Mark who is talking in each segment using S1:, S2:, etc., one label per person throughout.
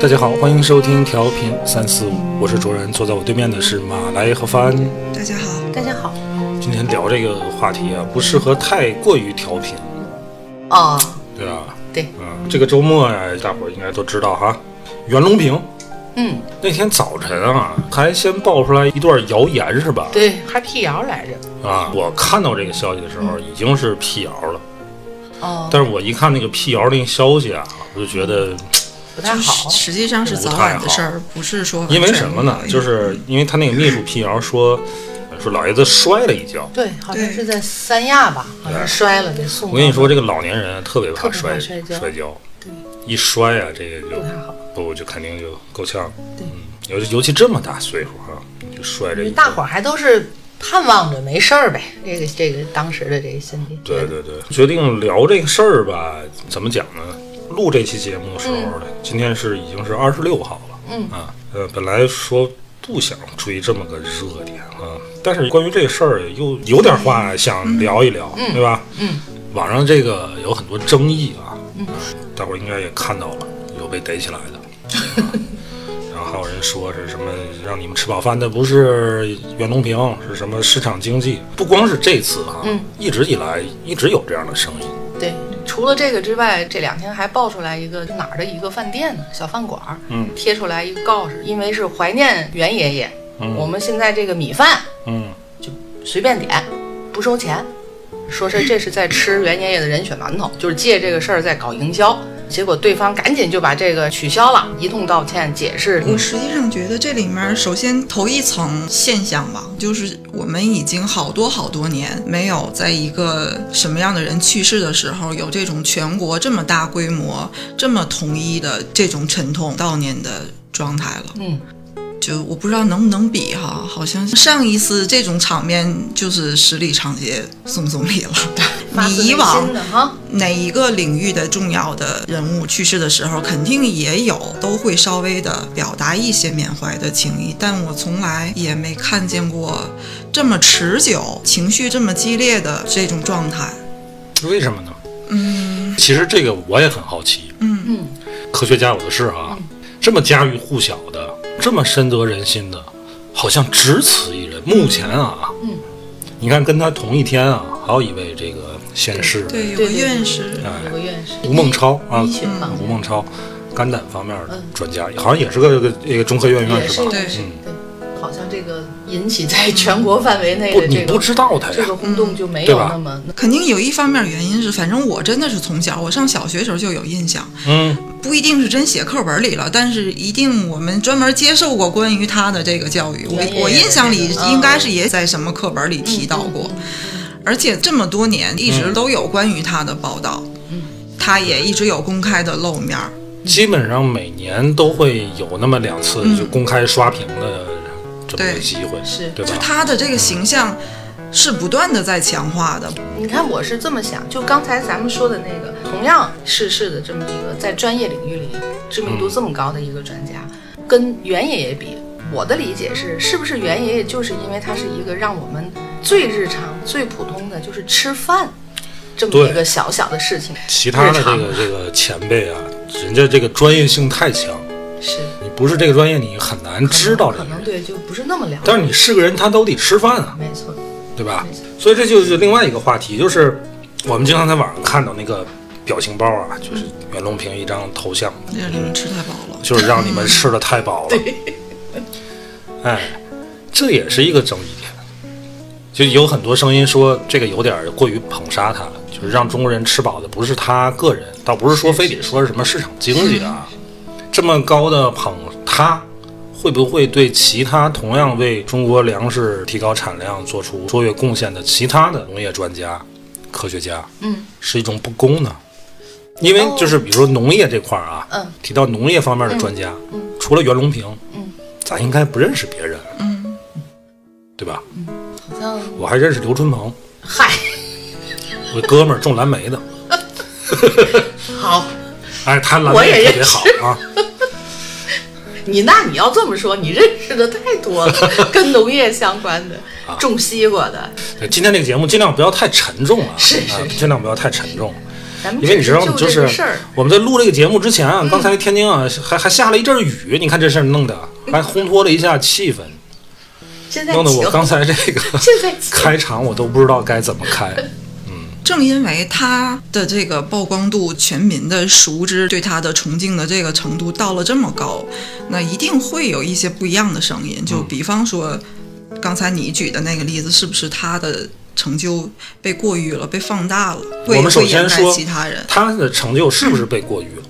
S1: 大家好，欢迎收听调频三四五，我是卓然，坐在我对面的是马来和帆。
S2: 大家好。
S3: 大家好。
S1: 今天聊这个话题啊，不适合太过于调频，
S3: 哦，
S1: 对吧？
S3: 对，
S1: 嗯，这个周末呀、大伙儿应该都知道哈，袁隆平
S3: 嗯，
S1: 那天早晨啊，还先爆出来一段谣言是吧？
S3: 对，还辟谣来着。
S1: 啊，我看到这个消息的时候，已经是辟谣了。
S3: 哦，
S1: 但是我一看那个辟谣那个消息啊，我就觉得，
S3: 不
S2: 就
S3: 太
S2: 是
S3: 好。
S2: 实际上是早晚的事儿，不是说
S1: 因为什么呢？就是是因为他那个秘书辟谣说，说老爷子摔了一跤。
S3: 对，好像
S2: 对
S3: 是在三亚吧，好像摔了，给送。
S1: 我跟你，说，这个老年人啊特别怕摔
S3: 特别怕摔跤
S1: 摔跤
S3: 对，
S1: 一摔啊，这个就
S3: 不太好。
S1: 不就肯定就够呛。
S3: 对
S1: 嗯，尤其尤其这么大岁数啊，就摔这一
S3: 大
S1: 跤
S3: 伙儿还都是盼望着没事儿呗，这个这个当时的这个心理。
S1: 对，对对，决定聊这个事儿吧，怎么讲呢？录这期节目的时候呢，今天是已经是二十六号了，
S3: 嗯
S1: 啊，呃，本来说不想追这么个热点啊，但是关于这事儿又有点话想聊一聊，对吧？
S3: 嗯，
S1: 网上这个有很多争议啊，
S3: 嗯
S1: 啊大伙儿应该也看到了，有被逮起来的。然后还有人说是什么让你们吃饱饭的不是袁隆平，是什么市场经济？不光是这次哈、
S3: 嗯
S1: 一直以来一直有这样的声音。
S3: 对。除了这个之外，这两天还爆出来一个哪儿的一个饭店呢，小饭馆儿，
S1: 嗯
S3: 贴出来一个告示，因为是怀念袁爷爷，
S1: 嗯
S3: 我们现在这个米饭
S1: 嗯
S3: 随便点，不收钱，说是这是在吃袁爷爷的人血馒头，就是借这个事儿在搞营销。结果对方赶紧就把这个取消了，一通道歉解释。
S2: 我实际上觉得这里面首先头一层现象吧，就是我们已经好多好多年没有在一个什么样的人去世的时候有这种全国这么大规模、这么统一的这种沉痛悼念的状态了。
S3: 嗯，
S2: 就我不知道能不能比哈，好像上一次这种场面就是十里长街送总理了。
S3: 发自
S2: 你以
S3: 内
S2: 往
S3: 心的哈，
S2: 哪一个领域的重要的人物去世的时候，肯定也有，都会稍微的表达一些缅怀的情谊，但我从来也没看见过这么持久、情绪这么激烈的这种状态。
S1: 为什么呢？
S2: 嗯
S1: 其实这个我也很好奇，
S2: 嗯，
S3: 嗯，
S1: 科学家有的是啊，这么家喻户晓的，这么深得人心的，好像只此一人。目前啊，
S3: 嗯，
S1: 你看跟他同一天啊，还有一位这个县市
S2: 对，有
S3: 对对
S2: 个院士，
S3: 有个院士，
S1: 吴孟超啊，
S3: 医学
S2: 嗯
S3: 方
S1: 吴
S3: 面
S1: 孟超，肝胆方面的
S3: 嗯
S1: 专家，好像也是个个一个中科院
S3: 也
S1: 院
S3: 是
S1: 士吧？
S3: 院士
S1: 嗯，
S3: 对，好像这个引起在全国范围内
S1: 不，
S3: 的
S1: 你
S3: 这
S1: 不
S3: 个
S1: 知道他
S3: 这个
S1: 呀。
S3: 轰动就没
S1: 对
S3: 有
S1: 吧
S3: 那么
S2: 肯定有一方面原因是，反正我真的是从小，我上小学时候就有印象，
S1: 嗯，
S2: 不一定是真写课本里了，但是一定我们专门接受过关于他的这个教育。
S3: 专业
S2: 我我印象里
S3: 的那个嗯
S2: 应该是也在什么课本里提到过，而且这么多年一
S3: 嗯
S2: 直都有关于他的报道，他也一直有公开的露面儿。
S1: 基本上每年都会有那么两次就公开刷屏的这么个
S2: 对
S1: 机会，
S3: 嗯是
S1: 对
S2: 就
S1: 吧？
S2: 他的这个形象是不断的在强化的，
S3: 你看，我是这么想，就刚才咱们说的那个，同样逝世的这么一个在专业领域里知
S1: 嗯
S3: 名度这么高的一个专家，跟袁爷爷比，我的理解是，是不是袁爷爷就是因为他是一个让我们最日常、最普通的，就是吃饭这么
S1: 对
S3: 一个小小的事情，
S1: 其他的
S3: 日
S1: 这
S3: 常
S1: 个这个前辈啊，人家这个专业性太强，
S3: 是
S1: 你不是这个专业，你很难知道这
S3: 可
S1: 个
S3: 能
S1: 人。
S3: 对，就不是那么了解。
S1: 但是你是个人，他都得吃饭啊，
S3: 没错，
S1: 对吧
S3: 没错？
S1: 所以这就是另外一个话题，就是我们经常在网上看到那个表情包啊，就是袁隆平一张头像，
S2: 这里面吃太饱了。
S1: 就是让你们吃的太饱了。哎，这也是一个争议点，就有很多声音说这个有点儿过于捧杀他，就是让中国人吃饱的不是他个人，倒不是说非得说什么市场经济啊，这么高的捧他。会不会对其他同样为中国粮食提高产量做出卓越贡献的其他的农业专家、科学家，
S3: 嗯，
S1: 是一种不公呢？因为就是比如说农业这块儿啊，
S3: 嗯，
S1: 提到农业方面的专家，
S3: 嗯嗯
S1: 除除了袁隆平，
S3: 嗯，
S1: 咱应该不认识别人，
S2: 嗯，
S1: 对吧？
S3: 好像
S1: 我还认识刘春鹏，
S3: 嗨，
S1: 我哥们儿种蓝莓的，
S3: 好，
S1: 哎，他蓝
S3: 我
S1: 莓
S3: 也
S1: 特别
S3: 认识
S1: 好啊。
S3: 你那你要这么说，你认识的太多了，跟农业相关的，
S1: 啊
S3: 种西瓜的，
S1: 对今天这个节目尽量不要太沉重啊，
S3: 是是
S1: 啊，尽量不要太沉重。
S3: 咱们
S1: 因为你知道，
S3: 就
S1: 就
S3: 这
S1: 是
S3: 个事儿，嗯
S1: 我们在录这个节目之前啊，刚才天津啊还还下了一阵雨，你看这事儿 弄的，还烘托了一下气氛，
S3: 现在
S1: 弄得我
S3: 请
S1: 刚才这个
S3: 现在请
S1: 开场我都不知道该怎么开。
S2: 正因为他的这个曝光度、全民的熟知、对他的崇敬的这个程度到了这么高，那一定会有一些不一样的声音。
S1: 嗯
S2: 就比方说，刚才你举的那个例子，是不是他的成就被过誉了、被放大了，会
S1: 我们首
S2: 会掩
S1: 先
S2: 盖
S1: 说
S2: 其他人？
S1: 他的成就是不是被过誉了，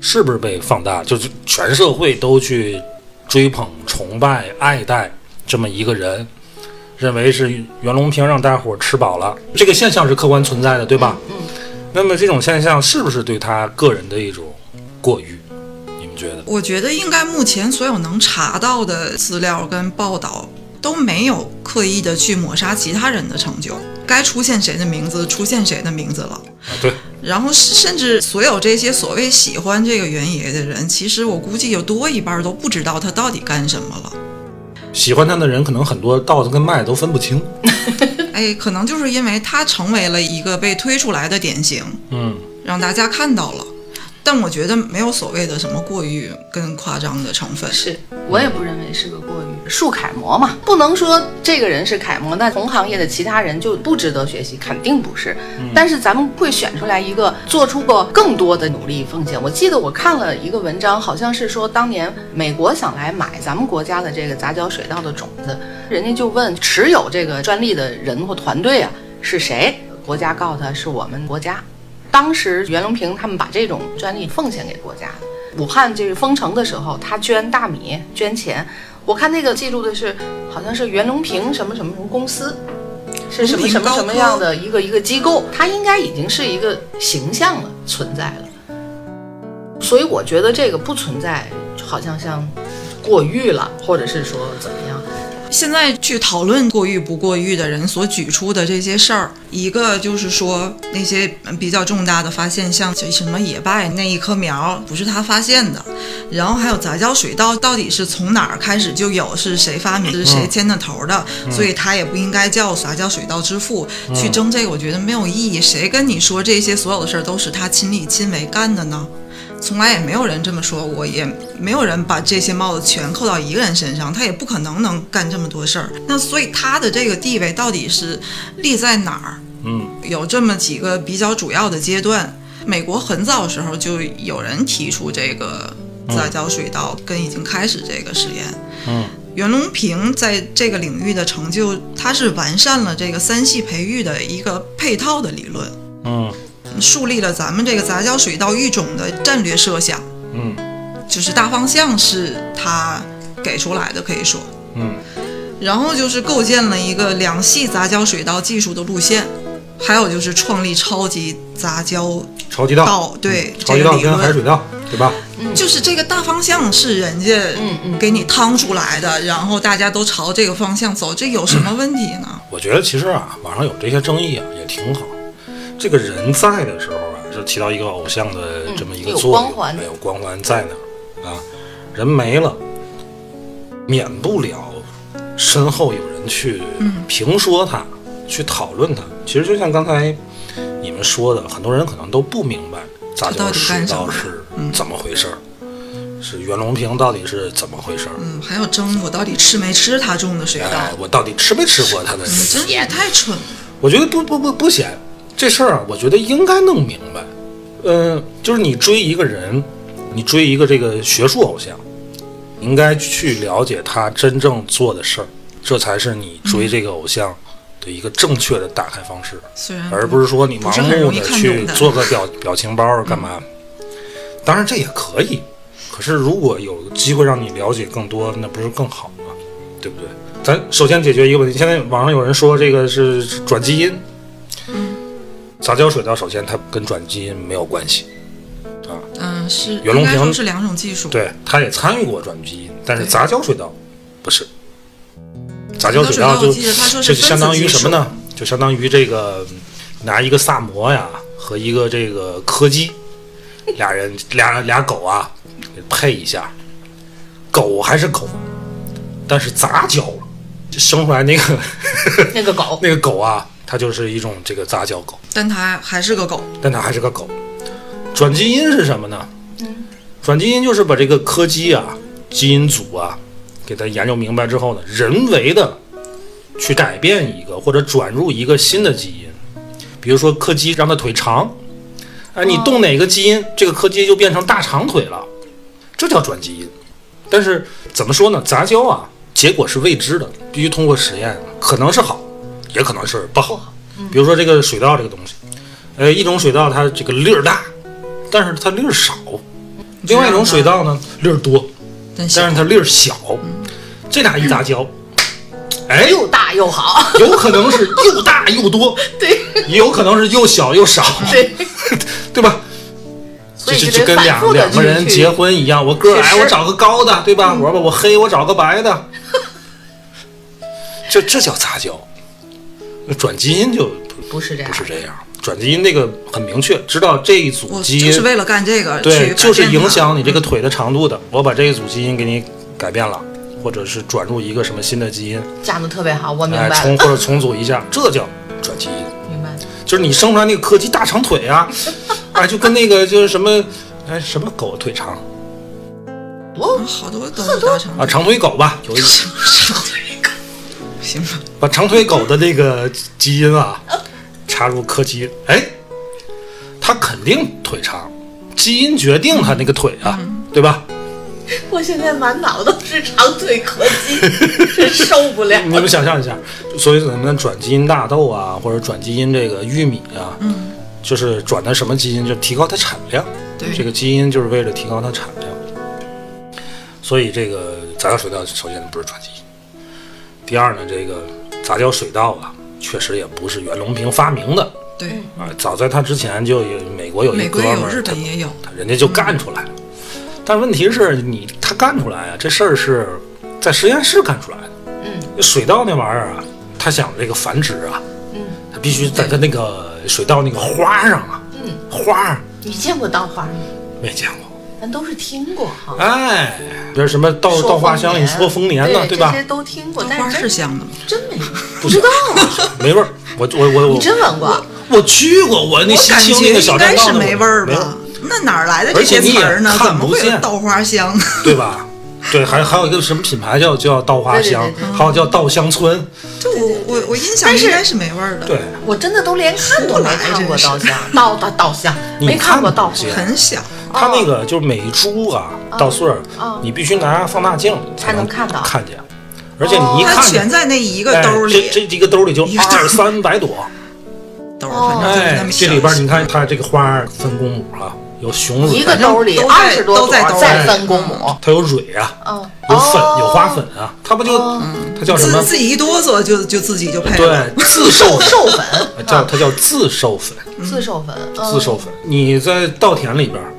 S1: 是不是被放大，就是全社会都去追捧、崇拜、爱戴这么一个人，认为是袁隆平让大伙儿吃饱了，这个现象是客观存在的，对吧？
S3: 嗯
S1: 那么这种现象是不是对他个人的一种过誉？你们觉得？
S2: 我觉得应该目前所有能查到的资料跟报道都没有刻意的去抹杀其他人的成就，该出现谁的名字出现谁的名字了。
S1: 啊，对，
S2: 然后甚甚至所有这些所谓喜欢这个原野的人，其实我估计有多一半都不知道他到底干什么了。
S1: 喜欢他的人可能很多稻子跟麦都分不清。
S2: 哎，可能就是因为他成为了一个被推出来的典型，
S1: 嗯，
S2: 让大家看到了。但我觉得没有所谓的什么过于跟夸张的成分。
S3: 是我也不认为是个过于树楷模嘛，不能说这个人是楷模，那同行业的其他人就不值得学习，肯定不是。
S1: 嗯
S3: 但是咱们会选出来一个做出过更多的努力奉献。我记得我看了一个文章，好像是说当年美国想来买咱们国家的这个杂交水稻的种子，人家就问持有这个专利的人或团队啊是谁，国家告诉他是我们国家。当时袁隆平他们把这种专利奉献给国家的。武汉这个封城的时候，他捐大米、捐钱。我看那个记录的是，好像是袁隆平什么什么什么公司，是什么什么什么样的一个一个机构，他应该已经是一个形象了存在了。所以我觉得这个不存在，好像像过誉了，或者是说怎么样，
S2: 现在去讨论过誉不过誉的人所举出的这些事儿，一个就是说那些嗯比较重大的发现，像什么野败那一棵苗不是他发现的，然后还有杂交水稻到底是从哪儿开始就有，是谁发明，是谁牵的头的，所以他也不应该叫杂交水稻之父。去争这个，我觉得没有意义。谁跟你说这些所有的事儿都是他亲力亲为干的呢？从来也没有人这么说过，也没有人把这些帽子全扣到一个人身上，他也不可能能干这么多事儿。那所以他的这个地位到底是立在哪儿？
S1: 嗯，
S2: 有这么几个比较主要的阶段。美国很早时候就有人提出这个杂交水稻跟已经开始这个实验。
S1: 嗯，
S2: 袁隆平在这个领域的成就，他是完善了这个三系培育的一个配套的理论，
S1: 嗯，
S2: 树立了咱们这个杂交水稻育种的战略设想。
S1: 嗯，
S2: 就是大方向是他给出来的，可以说，
S1: 嗯，
S2: 然后就是构建了一个两系杂交水稻技术的路线，还有就是创立超级杂交，
S1: 超级稻，
S2: 稻对
S1: 嗯超级稻
S2: 这个理
S1: 跟
S2: 论
S1: 海水稻，对吧？
S2: 就是这个大方向是人家
S3: 嗯嗯
S2: 给你趟出来的，然后大家都朝这个方向走，这有什么问题 呢？
S1: 我觉得其实啊，网上有这些争议啊，也挺好。这个人在的时候啊，就起到一个偶像的这么一个
S3: 有
S1: 作用，
S3: 光环
S1: 哎有光环在那儿啊。人没了，免不了身后有人去评说他，去讨论他。其实就像刚才你们说的，很多人可能都不明白杂
S2: 到
S1: 交
S2: 底
S1: 水
S2: 干
S1: 稻
S2: 什么
S1: 是怎么回事儿，是袁隆平到底是怎么回事儿？
S2: 嗯，还有争我到底吃没吃他种的水
S1: 哎
S2: 稻，，嗯
S1: 我到底吃没吃过他的这个
S2: 真是太蠢了。
S1: 我觉得不不不不显这事儿啊，我觉得应该弄明白。嗯、就是你追一个人，你追一个这个学术偶像，应该去了解他真正做的事儿，这才是你追这个偶像的一个正确的打开方式，
S2: 虽然
S1: 而不是说你
S2: 不是
S1: 盲
S2: 很
S1: 目
S2: 容易
S1: 的
S2: 看懂
S1: 去
S2: 的嗯
S1: 做个 表表情包儿干嘛。当然这也可以，可是如果有机会让你了解更多，那不是更好吗？对不对？咱首先解决一个问题。现在网上有人说这个是转基因，
S2: 嗯
S1: 杂交水稻首先它跟转基因没有关系，
S2: 嗯，嗯，是
S1: 袁隆
S2: 应该说
S1: 平
S2: 是两种技术，，
S1: 对，他也参与过转基因，但是
S2: 对
S1: 杂交水稻不是。杂交
S2: 有的
S1: 水
S2: 水稻
S1: 稻就
S2: 我记得他说
S1: 就是相
S2: 分
S1: 当
S2: 子
S1: 于
S2: 技
S1: 什么
S2: 术，
S1: 呢？就相当于这个嗯拿一个萨摩呀和一个这个柯基，俩人俩俩狗啊给配一下，狗还是狗，但是杂交了，就生出来那个
S3: 那个狗
S1: 那个狗啊，它就是一种这个杂交狗，
S2: 但它还是个狗，
S1: 但它还是个狗。转基因是什么呢？
S3: 嗯
S1: 转基因就是把这个柯基啊、基因组啊，给它研究明白之后呢，人为的去改变一个或者转入一个新的基因，比如说柯基让它腿长，哎，你动哪个基因，这个柯基就变成大长腿了，这叫转基因。但是怎么说呢？杂交啊，结果是未知的，必须通过实验，可能是好，也可能是不
S3: 不
S1: 好。嗯
S3: 好，
S1: 比如说这个水稻这个东西，呃，一种水稻它这个粒儿大，但是它粒儿少；另外一种水稻呢，粒儿多，
S2: 但
S1: 但
S2: 是
S1: 是它粒儿小。这俩一杂交，嗯哎，
S3: 又大又好，
S1: 有可能是又大又多，
S3: 对
S1: 也有可能是又小又少，
S3: 对，
S1: 对吧？
S3: 所
S1: 就
S3: 以
S1: 是就
S3: 就得
S1: 跟
S3: 反
S1: 两
S3: 复的
S1: 两个人结婚一样，我个儿
S3: 去
S1: 矮，
S3: 试
S1: 我找个高的，对吧？我说吧，我黑，我找个白的，这这叫杂交。转基因就
S3: 不是这样
S1: 不，是这样，转基因那个很明确，知道这一组
S2: 我
S1: 基
S2: 就是
S1: 因
S2: 为了干这个去
S1: 对，
S2: 改
S1: 就是
S2: 变
S1: 影
S2: 它
S1: 响你这个腿的长度的。我把这一组基因给你改变了，或者是转入一个什么新的基因，
S3: 讲的特别好，我明
S1: 哎，
S3: 白了
S1: 重，或者重组一下，这叫转基因。
S3: 明白了，
S1: 就是你生出来那个柯基大长腿啊，哎，就跟那个就是什么哎什么狗腿长
S3: 哦，
S2: 嗯好多都是大肠
S1: 啊，长腿狗吧，有一
S2: 行吧，
S1: 把长腿狗的这个基因啊插入柯基，哎，它肯定腿长，基因决定它那个腿啊，对吧？
S3: 我现在满脑都是长腿柯 基，真受不了。
S1: 哎你们想象一下，所以咱们转基因大豆啊，或者转基因这个玉米啊，
S2: 嗯，
S1: 就是转的什么基因，就提高它产量。
S2: 对
S1: 这个基因就是为了提高它产量。所以这个杂交水稻首先不是转基因，第二呢，这个杂交水稻啊，确实也不是袁隆平发明的
S2: 对，
S1: 啊，早在他之前就有美国有一
S2: 美
S1: 哥
S2: 国
S1: 们
S2: 也
S1: 儿，
S2: 有，日
S1: 他
S2: 本也有，
S1: 他人家就干出来了。但问题是你他干出来啊，这事儿是在实验室干出来的。
S3: 嗯
S1: 水稻那玩意儿啊，它想这个繁殖啊，
S3: 嗯
S1: 它必须在它那个水稻那个花上啊，
S3: 嗯，
S1: 花儿
S3: 你见过稻花吗？
S1: 没见过，
S3: 咱都是听过哈。
S1: 哎，比如什么稻
S3: 说
S1: 稻花
S3: 丰
S1: 香里
S3: 年
S1: 说丰年呢，
S3: 对
S1: 对吧
S3: 这？些都听过，
S2: 豆
S3: 但
S2: 花
S3: 是
S2: 是
S3: 真
S2: 香的吗？
S3: 真没
S1: 不知道，
S2: 啊
S1: 没味儿。我我我
S3: 你
S1: 我
S3: 真闻过？
S1: 我去过，我那
S2: 我
S1: 西
S2: 感
S1: 青那
S2: 觉
S1: 个小
S2: 应
S1: 栈
S2: 该
S1: 道
S2: 是
S1: 那
S2: 没
S1: 我
S2: 味儿
S1: 没
S2: 吧？那哪儿来的这
S1: 而且
S2: 些
S1: 你也
S2: 词儿呢？
S1: 看
S2: 怎么
S1: 不
S2: 会有
S1: 见
S2: 稻花香？
S1: 对吧？对，还还有一个什么品牌叫叫稻花
S3: 对对
S1: 香
S3: 对对，
S1: 还有叫稻香村，
S2: 这我我我印象
S3: 但
S2: 里
S3: 是
S2: 应该是没味儿的，
S1: 对，
S3: 我真的都连看都没看过 稻香，稻稻稻香，
S1: 你
S3: 没看过稻
S1: 看不
S3: 香
S1: 见，
S2: 很小，
S1: 它那个就是每一株啊，稻穗儿
S3: 哦，
S1: 你必须拿放大镜
S3: 才能
S1: 看
S3: 看到
S1: 看见，而且你一
S2: 哦它
S1: 看见
S2: 全在那一个兜
S1: 哎、
S2: 里，
S1: 这这一个兜里就
S2: 一个兜
S1: 二三百朵，
S2: 兜儿反正就是那
S1: 哎
S2: 么，小。
S1: 这里边你看它这个花儿分公母啊，有雄蕊
S3: 一，个兜里
S2: 都在
S3: 二十多
S2: 都在
S3: 朵，
S2: 兜
S1: 里
S3: 再分公母，
S1: 它有蕊啊，
S3: 嗯，
S1: 有粉、
S3: 哦
S1: 有花粉啊，它不就、
S3: 哦
S1: 它叫什
S2: 自
S1: 么？
S2: 自己一哆嗦就就自己就配了，
S1: 对，自授
S3: 授授粉，
S1: 叫它叫自授粉，
S3: 自授粉，嗯
S1: 自授粉。你在稻田里边儿，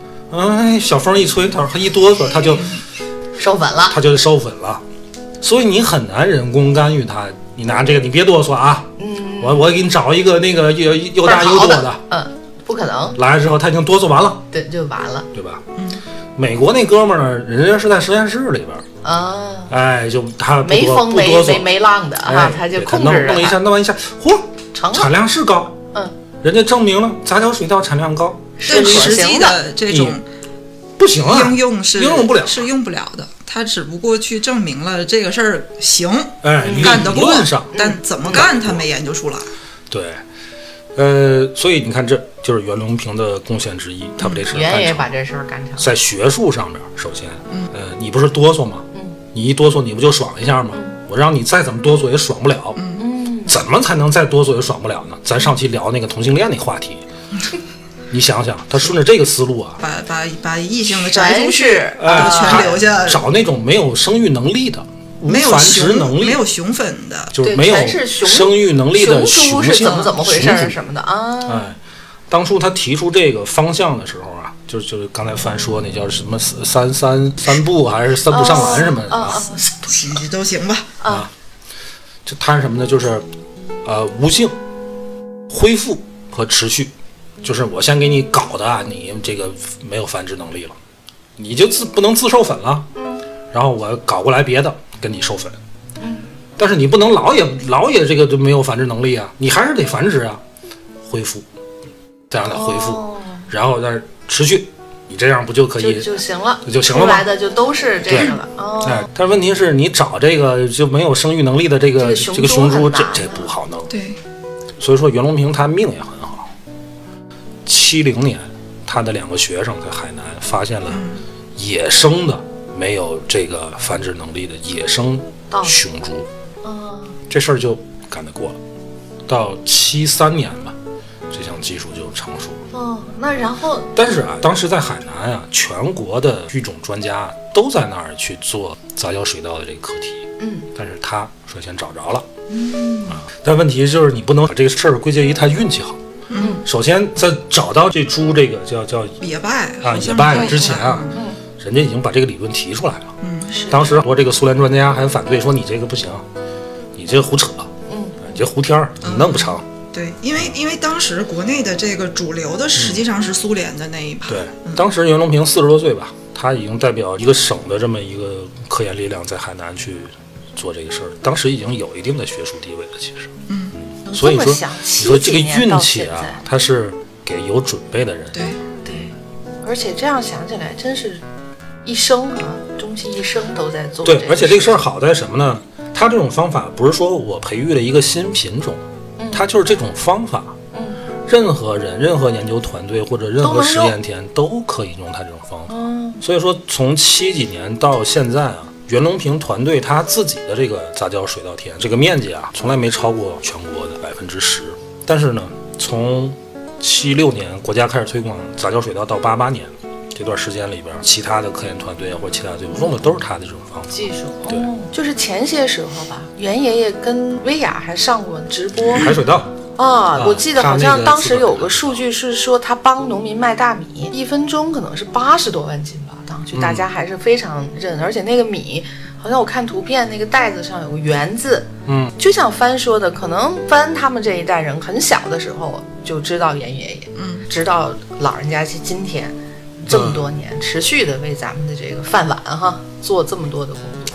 S1: 哎，小风一吹，它它一哆嗦，它就
S3: 嗯授粉了，
S1: 它就授粉了。所以你很难人工干预它。你拿这个，你别哆嗦啊！
S3: 嗯，
S1: 我我给你找一个那个又又大又
S3: 好
S1: 多
S3: 的
S1: 的，，
S3: 嗯，不可能，
S1: 来了之后它已经哆嗦完了。
S3: 对，就完了
S1: 对吧？
S3: 嗯
S1: 美国那哥们儿呢，人家是在实验室里边儿，
S3: 啊，
S1: 哎，就他不
S3: 没
S1: 多
S3: 风
S1: 不
S3: 没
S1: 哆
S3: 没
S1: 嗦，
S3: 没浪的哈
S1: 哎，，
S3: 他就
S1: 对
S3: 控
S1: 弄
S3: 制
S1: 弄一下，
S3: 着，
S1: 弄完一下，嚯，
S3: 成了
S1: 产，量是高，
S3: 嗯，
S1: 人家证明了杂交水稻产量高，
S3: 是可
S2: 实际
S3: 行的，
S2: 的这种
S1: 不行嗯啊，
S2: 应用
S1: 应
S2: 是
S1: 用不了，
S2: 是用不了的。它只不过去证明了这个事儿行，
S1: 哎，
S3: 嗯
S2: 干得
S1: 理
S2: 过
S1: 论上，
S2: 但怎么干他没研究出来。
S1: 对，呃，所以你看，这就是袁隆平的贡献之一，他把这事儿
S3: 嗯袁
S1: 干
S3: 也
S1: 成
S3: 把
S1: 了。
S3: 这事儿干成了，
S1: 在学术上面，首先，呃，你不是哆嗦吗？
S3: 嗯
S1: 你一哆嗦，你不就爽一下吗？我让你再怎么哆嗦也爽不了。
S3: 嗯，
S1: 怎么才能再哆嗦也爽不了呢？咱上期聊那个同性恋那话题，
S3: 嗯
S1: 你想想，他顺着这个思路 啊，哎
S2: 把把把异性的摘出
S3: 全
S2: 去
S3: 是，呃
S2: 把
S1: 他
S2: 全留下，
S1: 找那种没有生育能力的、无
S2: 没有
S1: 繁殖
S2: 雄
S1: 能力
S2: 没，有雄粉的，
S1: 就是
S3: 对
S1: 没有
S3: 全是雄
S1: 生育能力的
S3: 猪
S1: 雄
S3: 是
S1: 性
S3: 怎么怎么回事
S1: 雄
S3: 儿
S1: 族嗯
S3: 什么的啊，
S1: 哎，当初他提出这个方向的时候啊，就就是刚才范说那叫什么三三三步还是三步上篮什么的
S3: 啊
S1: 啊
S3: 啊
S2: 几都行吧。
S1: 啊，就它是什么呢？就是呃无性、恢复和持续，就是我先给你搞的啊，你这个没有繁殖能力了，你就自不能自授粉了，然后我搞过来别的跟你授粉，但是你不能老也老也这个就没有繁殖能力啊，你还是得繁殖啊，恢复，再让它恢复，
S3: 哦
S1: 然后再持续，你这样不就可以
S3: 就就行了，
S1: 就行了吧
S3: 出来的就都是这个了。
S1: 哎
S3: 哦，，
S1: 但是问题是你找这个就没有生育能力的这个
S3: 这个
S1: 这个雄
S3: 雄猪
S1: 猪，
S3: 很
S1: 这
S3: 难
S1: 这不好弄。
S2: 对，
S1: 所以说袁隆平他命也很好。七零年，他的两个学生在海南发现了野生的没有这个繁殖能力的野生
S3: 到
S1: 雄猪，
S3: 嗯，
S1: 这事儿就干得过了。到七三年吧，这项技术就成熟了。
S3: 哦，那然后
S1: 但是啊，当时在海南啊，全国的育种专家都在那儿去做杂交水稻的这个课题。
S3: 嗯，
S1: 但是他率先找着了。嗯，但问题就是你不能把这个事儿归结于他运气好。
S2: 嗯，
S1: 首先在找到这猪这个叫叫
S2: 野败
S1: 啊
S2: 好像
S1: 野败
S2: 是
S1: 之前啊
S2: 嗯，
S1: 人家已经把这个理论提出来了。
S2: 嗯，是
S1: 当时很多这个苏联专家还反对说你这个不行，你这胡扯，
S3: 嗯，
S1: 你这胡天儿，你弄不
S2: 嗯
S1: 成。
S2: 对，因为因为当时国内的这个主流的实际上是苏联的那一派，
S1: 对，当时袁隆平四十多岁吧，他已经代表一个省的这么一个科研力量在海南去做这个事儿，当时已经有一定的学术地位了，其实。
S3: 能
S1: 所以
S3: 这么
S1: 说，
S3: 想
S1: 你说这个
S3: 70年
S1: 运
S3: 到
S1: 气
S3: 现
S1: 啊
S3: 在，
S1: 它是给有准备的人。
S2: 对
S3: 对，而且这样想起来，真是一生啊，终其一生都在做。
S1: 对，而且这个事儿好在什么呢？它这种方法不是说我培育了一个新品种，
S3: 嗯
S1: 它就是这种方法。任何人、任何研究团队或者任
S3: 都
S1: 何
S3: 能
S1: 实
S3: 用
S1: 验田都可以用它这种方法。
S3: 嗯，
S1: 所以说，从七几年到现在啊，袁隆平团队他自己的这个杂交水稻田这个面积啊，从来没超过全国的百分之十。但是呢，从七六年国家开始推广杂交水稻到八八年这段时间里边，其他的科研团队啊或者其他队伍用的都是他的这种方法。
S3: 技术，
S1: 对
S3: 哦，就是前些时候吧，袁爷爷跟薇娅还上过直播
S1: 海水稻，
S3: 啊，
S1: 啊
S3: 我记得好
S1: 上那
S3: 像
S1: 个
S3: 当时
S1: 资本
S3: 有个数据是说他帮农民卖大米，一分钟可能是八十多万斤吧，当时大
S1: 嗯
S3: 家还是非常认，而且那个米好像我看图片那个袋子上有个圆字，
S1: 嗯，
S3: 就像帆说的，可能帆他们这一代人很小的时候就知道袁爷爷，
S2: 嗯，
S3: 直到老人家去今天。这么
S1: 嗯
S3: 多年，持续的为咱们的这个饭碗哈做这么多的工作，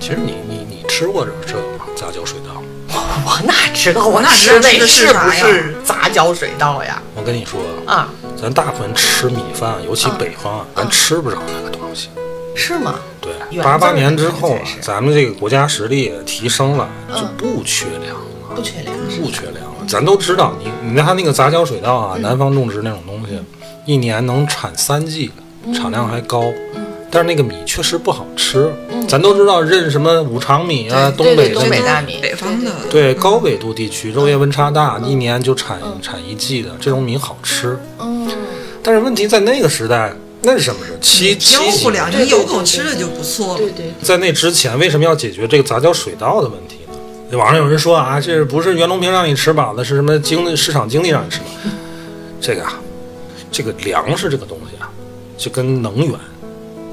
S1: 其实你你你吃过这这种杂交水稻？
S3: 我哪知道我
S2: 哪知
S3: 吃的
S2: 道吃的是
S3: 是不
S2: 啥呀
S3: 是杂交水稻呀？
S1: 我跟你说，
S3: 啊，
S1: 咱大部分吃米饭啊，尤其
S3: 嗯
S1: 北方啊，咱
S3: 嗯
S1: 吃不着那个东西。
S3: 是吗？
S1: 对，
S3: 原
S1: 八
S3: 字
S1: 八
S3: 儿
S1: 年
S3: 的
S1: 之
S3: 东西
S1: 后啊
S3: 才，是
S1: 咱们这个国家实力提升了，就
S3: 嗯
S1: 不缺粮了，
S3: 不缺粮食。
S1: 不缺粮了。咱都知道，你你看它那个杂交水稻
S3: 嗯
S1: 啊，南方种植那种东西，一年能产三季，
S3: 嗯
S1: 产量还高。但是那个米确实不好吃，咱都知道认什么五常米啊，
S2: 对
S3: 嗯对对
S1: 北的
S3: 东
S1: 米
S3: 北大
S1: 啊，
S3: 米，
S2: 北方的
S3: 对对
S1: 对
S3: 对
S1: 高纬度地区昼夜温差大，一年就产产一季的这种米好吃。
S3: 嗯，
S1: 但是问题在那个时代，那是什么时候？七
S2: 交
S1: 七几
S2: 不
S1: 年
S2: 了，
S3: 对
S2: 你
S3: 对
S2: 有口
S3: 对
S2: 吃
S3: 对
S2: 的就不错
S3: 对
S2: 了。
S3: 对
S1: 在那之前，为什么要解决这个杂交水稻的问题呢？网上有人说啊，这不是袁隆平让你吃饱的，是什么经济市场经济让你吃饱？这个啊，这个粮食这个东西啊，就跟能源、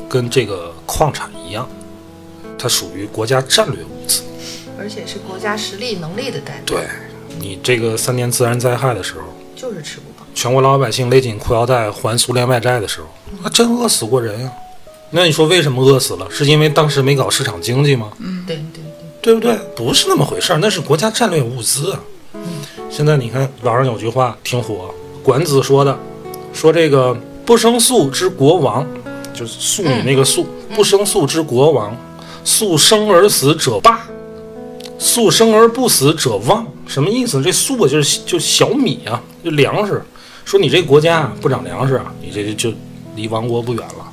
S1: 跟这个矿产一样，它属于国家战略物资。
S3: 对，而且是国家实力能力的代表，
S1: 对，你这个三年自然灾害的时候，
S3: 就是吃不饱。
S1: 全国老百姓勒紧裤腰带还苏联外债的时候，啊，真饿死过人呀、啊那你说为什么饿死了？是因为当时没搞市场经济吗？
S3: 对对对，
S1: 对不对？不是那么回事儿，那是国家战略物资啊。现在你看网上有句话挺火，管子说的，说这个不生粟之国亡，就是粟米那个粟，不生粟之国亡，粟生而死者霸，粟生而不死者旺。什么意思？这粟啊，就是就小米啊，就粮食。说你这国家啊不长粮食啊，你这就就离亡国不远了。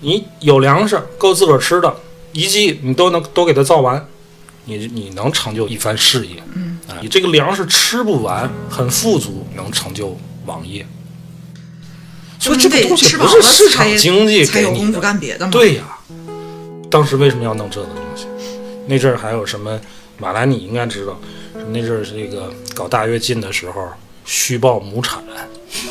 S1: 你有粮食够自个儿吃的，一季你都能都给它造完，你你能成就一番事业。嗯，啊，你这个粮食吃不完，很富足，能成就王业。所以
S2: 你
S1: 这个
S2: 得
S1: 东西
S2: 吃
S1: 不
S2: 饱
S1: 是
S2: 了
S1: 市场
S2: 才
S1: 经济
S2: 才
S1: 给
S2: 有
S1: 你
S2: 功夫
S1: 的，
S2: 干别的嘛。
S1: 对呀，当时为什么要弄这个东西？那阵儿还有什么马来，你应该知道，那阵儿这个搞大跃进的时候，虚报亩产，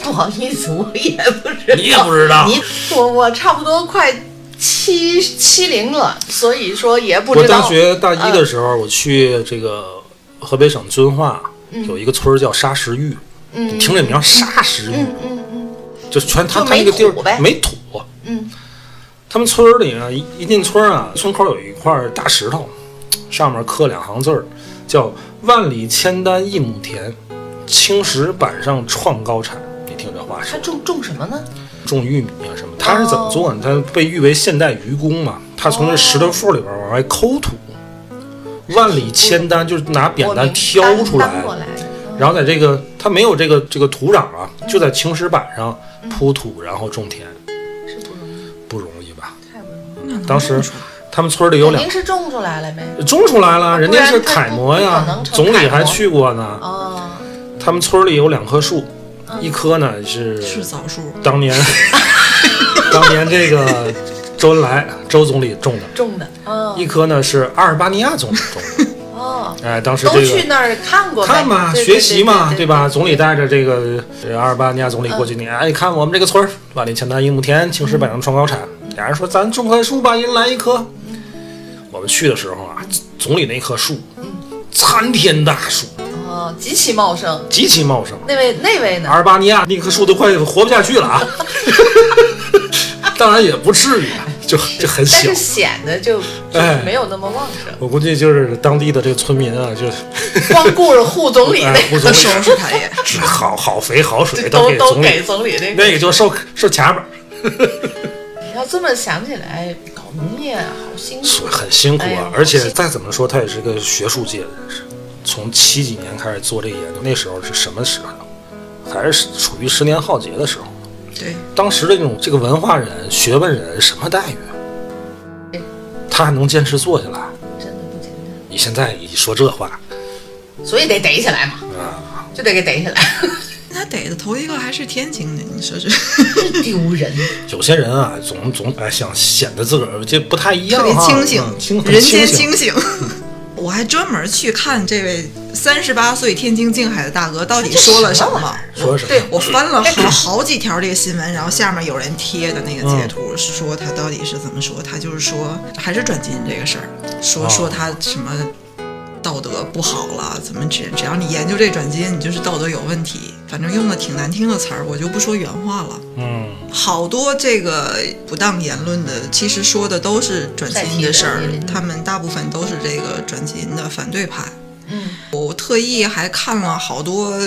S3: 不好意思，我也不知道，
S1: 你也不知道
S3: 你我我差不多快七七零了，所以说也不
S1: 我
S3: 知道。嗯
S1: 大学大一的时候，我去这个河北省遵化，
S3: 嗯
S1: 有一个村儿叫沙石峪，你听这名儿沙石峪，
S3: 嗯嗯
S1: 就全他
S3: 就
S1: 他那
S3: 没
S1: 个地
S3: 土呗
S1: 儿没土。
S3: 嗯
S1: 他们村儿里呢，一一进村儿啊，村口有一块儿大石头，上面刻两行字儿，叫“万里千丹一亩田，青石板上创高产”。你听这话
S3: 他
S1: 说，
S3: 种种什么呢？
S1: 种玉米啊什么，他是怎么
S3: 哦
S1: 做呢？他被誉为现代愚公嘛，他从这石头缝里边往外抠土，万里千丹就是拿扁
S3: 我
S1: 担
S3: 明
S1: 挑
S3: 搬
S1: 出
S3: 搬过来的，嗯
S1: 然后在这个它没有这个这个土壤啊，就在青石板上铺土，然后种田，
S3: 是不容易，
S1: 不容易吧？
S3: 太不容易。
S2: 那能
S1: 当时
S3: 嗯
S2: 弄出来
S1: 他们村里有
S3: 肯
S1: 两
S3: 定是种出来了呗。
S1: 种出来了，人家是
S3: 不然它
S1: 楷
S3: 不
S1: 模
S3: 不可
S1: 呀
S3: 能，成
S1: 总
S3: 楷
S1: 理
S3: 模
S1: 还去过呢。
S3: 哦，嗯
S1: 他们村里有两棵树，一棵呢是
S2: 是枣树，
S1: 当 年当年这个周恩来周总理种的，
S3: 种的，嗯，
S1: 一棵呢是阿尔巴尼亚总理种的。
S3: 哦，
S1: 哎，当时
S3: 都
S1: 这
S3: 去
S1: 个。
S3: 那儿看过呗，
S1: 看嘛，
S3: 对
S1: 学习嘛，
S3: 对嗯
S1: 吧？总理带着这个这阿尔巴尼亚总理过去，你哎，你看我们这个村儿，万里千山一亩田，青石板上创高产。俩人说咱种棵树吧，一人来一棵。我们去的时候啊，总理那棵树，
S3: 嗯
S1: 参天大树，
S3: 哦，极其茂盛。
S1: 极其茂盛。
S3: 那位那位呢
S1: 阿？尔巴尼亚那棵树都快活不下去了啊！ 当然也不至于，啊，就就很
S3: 但
S1: 小
S3: 是。显得就就
S1: 哎
S3: 没有那么旺盛，
S1: 我估计就是当地的这个村民啊，就
S3: 光顾着护总理
S1: 哎
S3: 那，
S1: 胡总理
S2: 收拾他也。
S1: 只好好肥好水
S3: 都
S1: 给
S3: 都
S1: 总
S3: 给
S1: 理，
S3: 总理那个。
S1: 那个就受受卡本，
S3: 你要这么想起来，搞农业啊好辛苦。
S1: 所以很辛苦
S3: 哎
S1: 啊
S3: 呀。
S1: 而且
S3: 是
S1: 再怎么说，他也是个学术界的人士，从七几年开始做这个研究，那时候是什么时候？还是处于十年浩劫的时候。
S2: 对，
S1: 当时的这种这个文化人、学问人什么待遇啊
S3: 对？
S1: 他还能坚持做下来？
S3: 真的不简单，
S1: 你现在一说这话，
S3: 所以得逮起来嘛，就得给逮 起来，
S2: 他逮的头一个还是天津的，你说这
S3: 丢人。
S1: 有些人啊，总总哎想显得自个儿就不太一
S2: 特
S1: 样
S2: 别
S1: 哈，
S2: 清醒
S1: 嗯，清很
S2: 人间
S1: 清嗯
S2: 清醒。 我还专门去看这位三十八岁天津静海的大哥到底说了什 么。
S1: 说什么
S3: 对
S2: 我翻了好好几条这个新闻，然后下面有人贴的那个截图，
S1: 嗯
S2: 说他到底是怎么说？他就是说还是转基因这个事儿，说
S1: 哦
S2: 说他什么道德不好了，怎么只只要你研究这转基因，你就是道德有问题。反正用的挺难听的词儿，我就不说原话了。
S1: 嗯，
S2: 好多这个不当言论的，其实说的都是转基因的事儿
S3: 在提转基因，
S2: 他们大部分都是这个转基因的反对派。
S3: 嗯，
S2: 我特意还看了好多，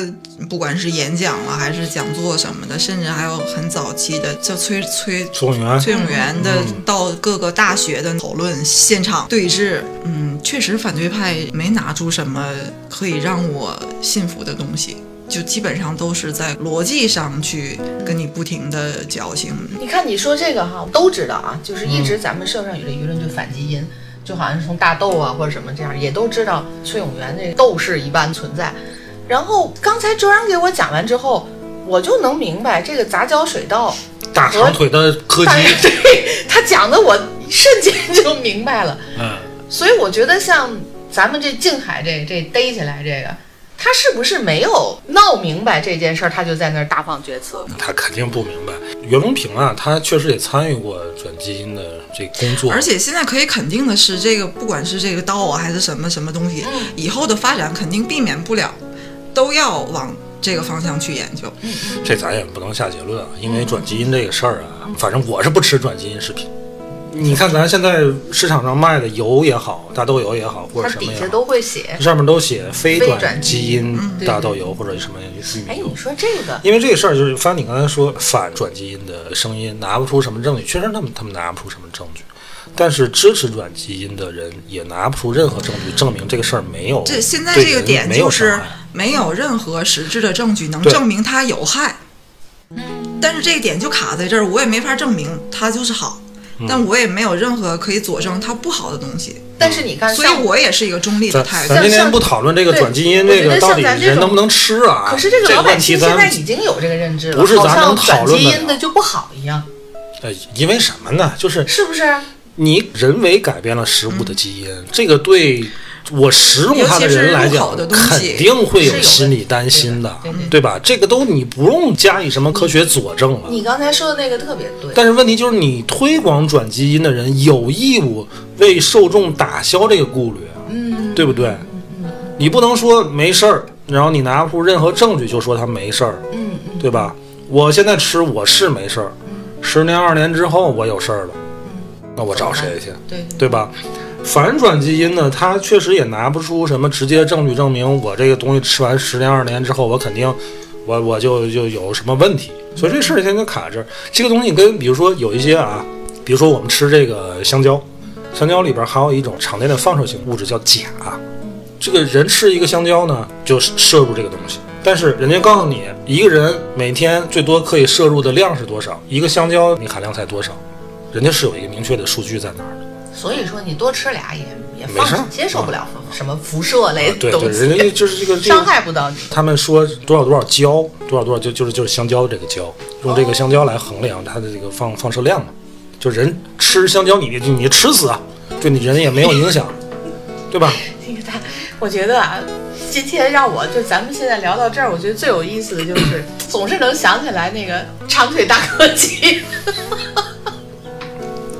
S2: 不管是演讲了还是讲座什么的，甚至还有很早期的叫崔崔
S1: 宋元
S2: 崔永元的到各个大学的讨论现场对峙，嗯，确实反对派没拿出什么可以让我信服的东西，就基本上都是在逻辑上去跟你不停的矫情。
S3: 你看你说这个哈，都知道啊，就是一直咱们社会上有这舆论就反基因，就好像是从大豆啊或者什么这样，也都知道崔永元这个斗士一般存在。然后刚才周然给我讲完之后，我就能明白这个杂交水稻
S1: 大长腿的柯基
S3: 大，约对 他讲的，我一瞬间就明白了。
S1: 嗯，
S3: 所以我觉得像咱们这静海这这逮起来这个，他是不是没有闹明白这件事儿，他就在那儿大放厥词？
S1: 他肯定不明白。袁隆平啊，他确实也参与过转基因的这工作，
S2: 而且现在可以肯定的是，这个不管是这个刀啊还是什么什么东西，以后的发展肯定避免不了，都要往这个方向去研究。
S1: 这咱也不能下结论啊，因为转基因这个事儿啊，反正我是不吃转基因食品。你看咱现在市场上卖的油也好，大豆油也好，或者什
S3: 他
S1: 么
S3: 底
S1: 也
S3: 下
S1: 好，
S3: 都会写。
S1: 上面都写非
S3: 非
S1: 转
S3: 转
S1: 基
S3: 基嗯
S1: 因
S3: 对
S1: 大豆油或者什么玉
S3: 哎
S1: 米，油
S3: 你。说这个，
S1: 因为这个事儿，就是翻你刚才说反转基因的声音拿不出什么证据，确实他们他们拿不出什么证据，但是支持转基因的人也拿不出任何证据证明这个事儿没有
S2: 这现在
S1: 对
S2: 这个
S1: 人
S2: 点
S1: 没有
S2: 就是
S1: 伤害
S2: 没有任何实质的证据能
S1: 对
S2: 证明它有害，但是这一点就卡在这儿，我也没法证明它就是好，
S1: 嗯
S2: 但我也没有任何可以佐证它不好的东西，
S3: 但是你看，
S2: 所以
S3: 像
S2: 我也是一个中立的
S1: 咱
S2: 态度
S1: 咱。今
S3: 像
S1: 天不讨论这个
S3: 对
S1: 转基因
S3: 我
S1: 这
S3: 觉
S1: 个
S3: 得
S1: 到
S3: 像
S1: 底
S3: 咱这
S1: 人
S3: 种
S1: 能不能吃啊？
S3: 可是这个
S1: 个
S3: 老
S1: 问
S3: 百
S1: 题
S3: 姓现
S1: 咱
S3: 在已经有这个认知了，
S1: 不是
S3: 好
S1: 咱能
S3: 像
S1: 讨
S3: 转
S1: 论
S3: 基
S1: 的
S3: 因的就不好一样，
S1: 呃，因为什么呢？就是
S3: 是不是？
S1: 你人为改变了食物的基因，这个对我食用它的人来讲
S2: 尤其是入口的，东西
S1: 肯定会有心理担心的
S3: 是有的对对，
S1: 对吧？这个都你不用加以什么科学佐证了。
S3: 你刚才说的那个特别对，
S1: 但是问题就是，你推广转基因的人有义务为受众打消这个顾虑，嗯，对不对？你不能说没事儿，然后你拿不出任何证据就说他没事儿，
S3: 嗯嗯，
S1: 对吧？我现在吃我是没事儿，十年二十年之后我有事儿了，那我找谁去？
S3: 对对
S1: 对吧？反转基因呢，它确实也拿不出什么直接证据证明我这个东西吃完十年二十年之后，我肯定我我就就有什么问题，所以这事儿现在卡这儿。这个东西跟比如说有一些啊，比如说我们吃这个香蕉，香蕉里边含有一种场内的放射性物质叫钾，这个人吃一个香蕉呢，就摄入这个东西。但是人家告诉你，一个人每天最多可以摄入的量是多少，一个香蕉你含量才多少，人家是有一个明确的数据在那儿的。
S3: 所以说你多吃俩也也
S1: 没事儿啊
S3: 放接受不了什么辐射类
S1: 对
S3: 的
S1: 对，
S3: 东
S1: 人家
S3: 西，
S1: 就是这个这
S3: 伤
S1: 个，
S3: 害不到你。
S1: 他们说多少多少焦，多少多少就就是就是香蕉的这个焦，用这个香蕉来衡量它的这个放放射量嘛。就人吃香蕉，你你你吃死啊，对你人也没有影响，对吧？
S3: 那个他，我觉得啊，今天让我就咱们现在聊到这儿，我觉得最有意思的就是，总是能想起来那个长腿大哥鸡。